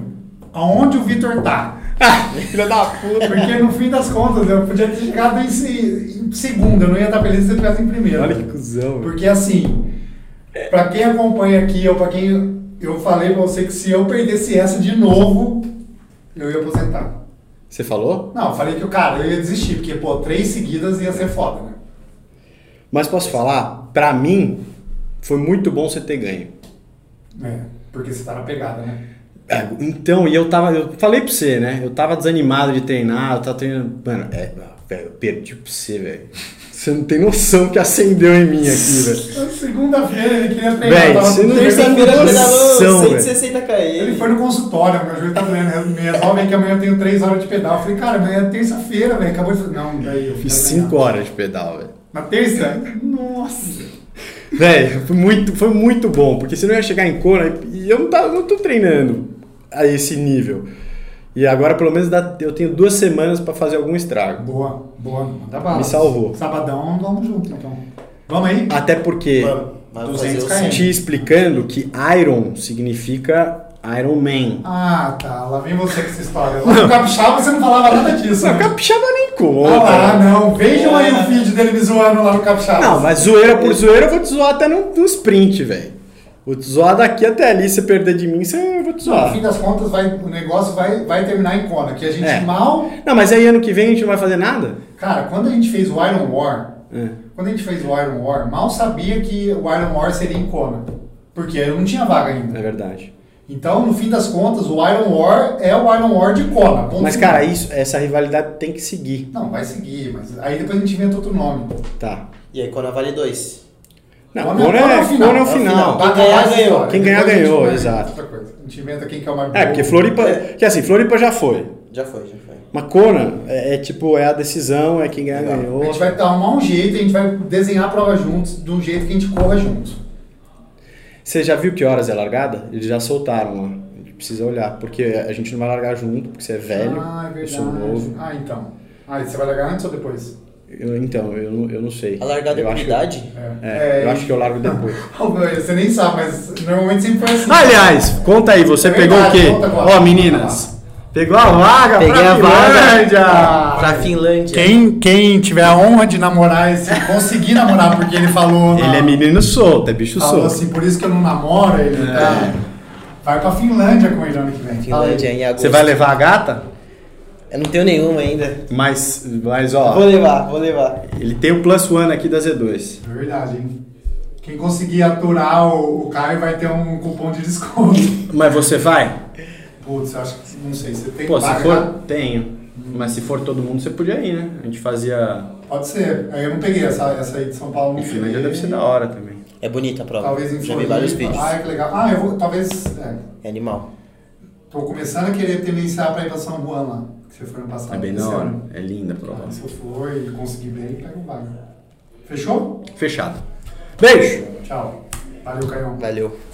[SPEAKER 2] aonde o Vitor tá?
[SPEAKER 1] Filha da puta.
[SPEAKER 2] Porque no fim das contas eu podia ter chegado em, se- em segundo, eu não ia estar feliz se eu tivesse em primeiro.
[SPEAKER 1] Olha que cuzão, velho.
[SPEAKER 2] Porque assim, pra quem acompanha aqui, ou pra quem eu falei pra você que se eu perdesse essa de novo, eu ia aposentar.
[SPEAKER 1] Você falou?
[SPEAKER 2] Não, eu falei que o cara, eu ia desistir, porque pô, três seguidas ia ser foda, né?
[SPEAKER 1] Mas posso falar? Pra mim, foi muito bom você ter ganho.
[SPEAKER 2] É, porque você tá na pegada, né?
[SPEAKER 1] É, então, e eu tava. Eu falei pra você, né? Eu tava desanimado de treinar, eu tava treinando. Mano, é, velho, eu perdi pra você, velho. Você não tem noção que acendeu em mim aqui, velho.
[SPEAKER 2] Na Então, Segunda-feira ele queria treinar,
[SPEAKER 1] Véi,
[SPEAKER 2] tava
[SPEAKER 1] você não
[SPEAKER 6] Terça-feira eu
[SPEAKER 1] Noção,
[SPEAKER 6] pedalou
[SPEAKER 1] velho.
[SPEAKER 6] 160 km.
[SPEAKER 2] Ele foi no consultório, meu joelho tá doendo, eu me resolve aí que amanhã eu tenho três horas de pedal. Eu falei, cara, amanhã é terça-feira, velho, acabou de... Não, daí eu...
[SPEAKER 1] Fiz 5 horas de pedal, velho.
[SPEAKER 2] Na terça? Nossa!
[SPEAKER 1] Velho, foi muito, foi muito bom, porque senão eu ia chegar em Kona e eu não, tava, não tô treinando a esse nível. E agora, pelo menos, dá- eu tenho duas semanas pra fazer algum estrago.
[SPEAKER 2] Boa, boa, manda bala.
[SPEAKER 1] Me salvou.
[SPEAKER 2] Sabadão, vamos junto, então. Vamos aí?
[SPEAKER 1] Até porque,
[SPEAKER 6] Vamos, vamos fazer
[SPEAKER 2] 200
[SPEAKER 6] o
[SPEAKER 2] km.
[SPEAKER 1] te explicando que Iron significa Iron Man.
[SPEAKER 2] Ah, tá, lá vem você com essa história. Lá no Capixaba você não falava nada disso,
[SPEAKER 1] Não,
[SPEAKER 2] né?
[SPEAKER 1] capixaba nem
[SPEAKER 2] Ah,
[SPEAKER 1] conta.
[SPEAKER 2] não, vejam aí o vídeo dele me zoando lá no Capixaba.
[SPEAKER 1] Não, mas zoeira por zoeira eu vou te zoar até no, no sprint, velho. Vou te zoar daqui até ali, se perder de mim, você, eu vou te
[SPEAKER 2] No
[SPEAKER 1] zoar.
[SPEAKER 2] fim das contas, vai, o negócio vai, vai terminar em Kona, que a gente
[SPEAKER 1] É.
[SPEAKER 2] mal...
[SPEAKER 1] Não, mas aí ano que vem a gente não vai fazer nada?
[SPEAKER 2] Cara, quando a gente fez o Iron War,
[SPEAKER 1] É.
[SPEAKER 2] quando a gente fez o Iron War, mal sabia que o Iron War seria em Kona. Porque eu não tinha vaga ainda.
[SPEAKER 1] É verdade.
[SPEAKER 2] Então, no fim das contas, o Iron War é o Iron War de Kona. ponto
[SPEAKER 1] Mas,
[SPEAKER 2] final.
[SPEAKER 1] cara, isso, essa rivalidade tem que seguir.
[SPEAKER 2] Não, vai seguir, mas aí depois a gente inventa outro nome.
[SPEAKER 1] Tá.
[SPEAKER 6] E aí, Kona vale 2.
[SPEAKER 1] Não,
[SPEAKER 2] Kona-
[SPEAKER 1] Kona
[SPEAKER 2] Kona
[SPEAKER 1] é, Kona é o final.
[SPEAKER 2] Pra
[SPEAKER 6] Quem
[SPEAKER 2] acabar
[SPEAKER 6] ganhar,
[SPEAKER 2] essa
[SPEAKER 6] ganhou.
[SPEAKER 2] história.
[SPEAKER 1] Quem ganhar,
[SPEAKER 2] Depois a gente
[SPEAKER 1] ganhou,
[SPEAKER 2] inventa
[SPEAKER 1] exato.
[SPEAKER 2] outra coisa. A gente inventa quem que é o mais
[SPEAKER 1] É, porque Floripa.
[SPEAKER 6] É.
[SPEAKER 1] Que assim, Floripa já foi.
[SPEAKER 6] Já foi, já foi.
[SPEAKER 1] Mas Kona é, é tipo, é a decisão, é quem ganha, ganhou.
[SPEAKER 2] A gente vai arrumar um jeito, a gente vai desenhar a prova juntos, de um jeito que a gente corra junto.
[SPEAKER 1] Você já viu que horas é a largada? Eles já soltaram lá. A gente precisa olhar, porque a gente não vai largar junto, porque você é velho,
[SPEAKER 2] ah, é verdade.
[SPEAKER 1] eu sou novo.
[SPEAKER 2] Ah, então. Ah, e você vai largar antes ou depois?
[SPEAKER 1] Eu- então, eu, não- eu não sei.
[SPEAKER 6] A largada
[SPEAKER 1] eu
[SPEAKER 6] é por
[SPEAKER 1] acho,
[SPEAKER 6] idade?
[SPEAKER 2] É.
[SPEAKER 1] é, eu acho que eu largo depois.
[SPEAKER 2] Você nem sabe, mas normalmente sempre foi assim.
[SPEAKER 7] Aliás, conta aí, você
[SPEAKER 2] É
[SPEAKER 7] pegou o
[SPEAKER 2] verdade,
[SPEAKER 7] quê?
[SPEAKER 2] conta agora.
[SPEAKER 7] Ó, meninas, pegou a vaga
[SPEAKER 6] Peguei
[SPEAKER 7] pra
[SPEAKER 6] a vaga.
[SPEAKER 7] Finlândia.
[SPEAKER 6] Pra Finlândia.
[SPEAKER 2] Quem, quem tiver a honra de namorar esse, conseguir namorar, porque ele falou. na-
[SPEAKER 7] Ele é menino solto, é bicho
[SPEAKER 2] Falou
[SPEAKER 7] solto.
[SPEAKER 2] assim, por isso que eu não namoro, ele
[SPEAKER 1] É.
[SPEAKER 2] tá. Vai pra Finlândia com ele ano que vem.
[SPEAKER 6] Finlândia em agosto.
[SPEAKER 7] Você vai levar a gata?
[SPEAKER 6] Eu não tenho nenhuma ainda.
[SPEAKER 7] Mas, mas
[SPEAKER 6] Vou
[SPEAKER 7] ó,
[SPEAKER 6] levar, vou levar.
[SPEAKER 1] Ele tem o plus one aqui da Z2.
[SPEAKER 2] É verdade, hein? Quem conseguir aturar o, o Caio vai ter um cupom de desconto.
[SPEAKER 1] Mas você vai?
[SPEAKER 2] Putz, eu acho que não sei, você tem
[SPEAKER 1] Pô, se
[SPEAKER 2] vaga?
[SPEAKER 1] for, tenho. Mas se for todo mundo, você podia ir, né? A gente fazia.
[SPEAKER 2] Pode ser. Aí eu não peguei essa, essa aí de São Paulo.
[SPEAKER 1] Em
[SPEAKER 2] não
[SPEAKER 1] Finlândia
[SPEAKER 2] peguei.
[SPEAKER 1] deve ser da hora também.
[SPEAKER 6] É bonita a prova.
[SPEAKER 2] Talvez em
[SPEAKER 6] Já vi vários
[SPEAKER 2] Floripa.
[SPEAKER 6] vídeos.
[SPEAKER 2] Ah, que legal. Ah, eu vou, talvez, é,
[SPEAKER 6] É animal.
[SPEAKER 2] tô começando a querer tendenciar pra ir pra São Juan lá, que você foi no passado.
[SPEAKER 1] É bem
[SPEAKER 2] esse
[SPEAKER 1] da hora.
[SPEAKER 2] ano.
[SPEAKER 1] É linda a prova.
[SPEAKER 2] Ah, se eu for e conseguir bem, pega o vaga. Fechou?
[SPEAKER 1] Fechado. Beijo!
[SPEAKER 2] Tchau. Valeu, Caião.
[SPEAKER 6] Valeu.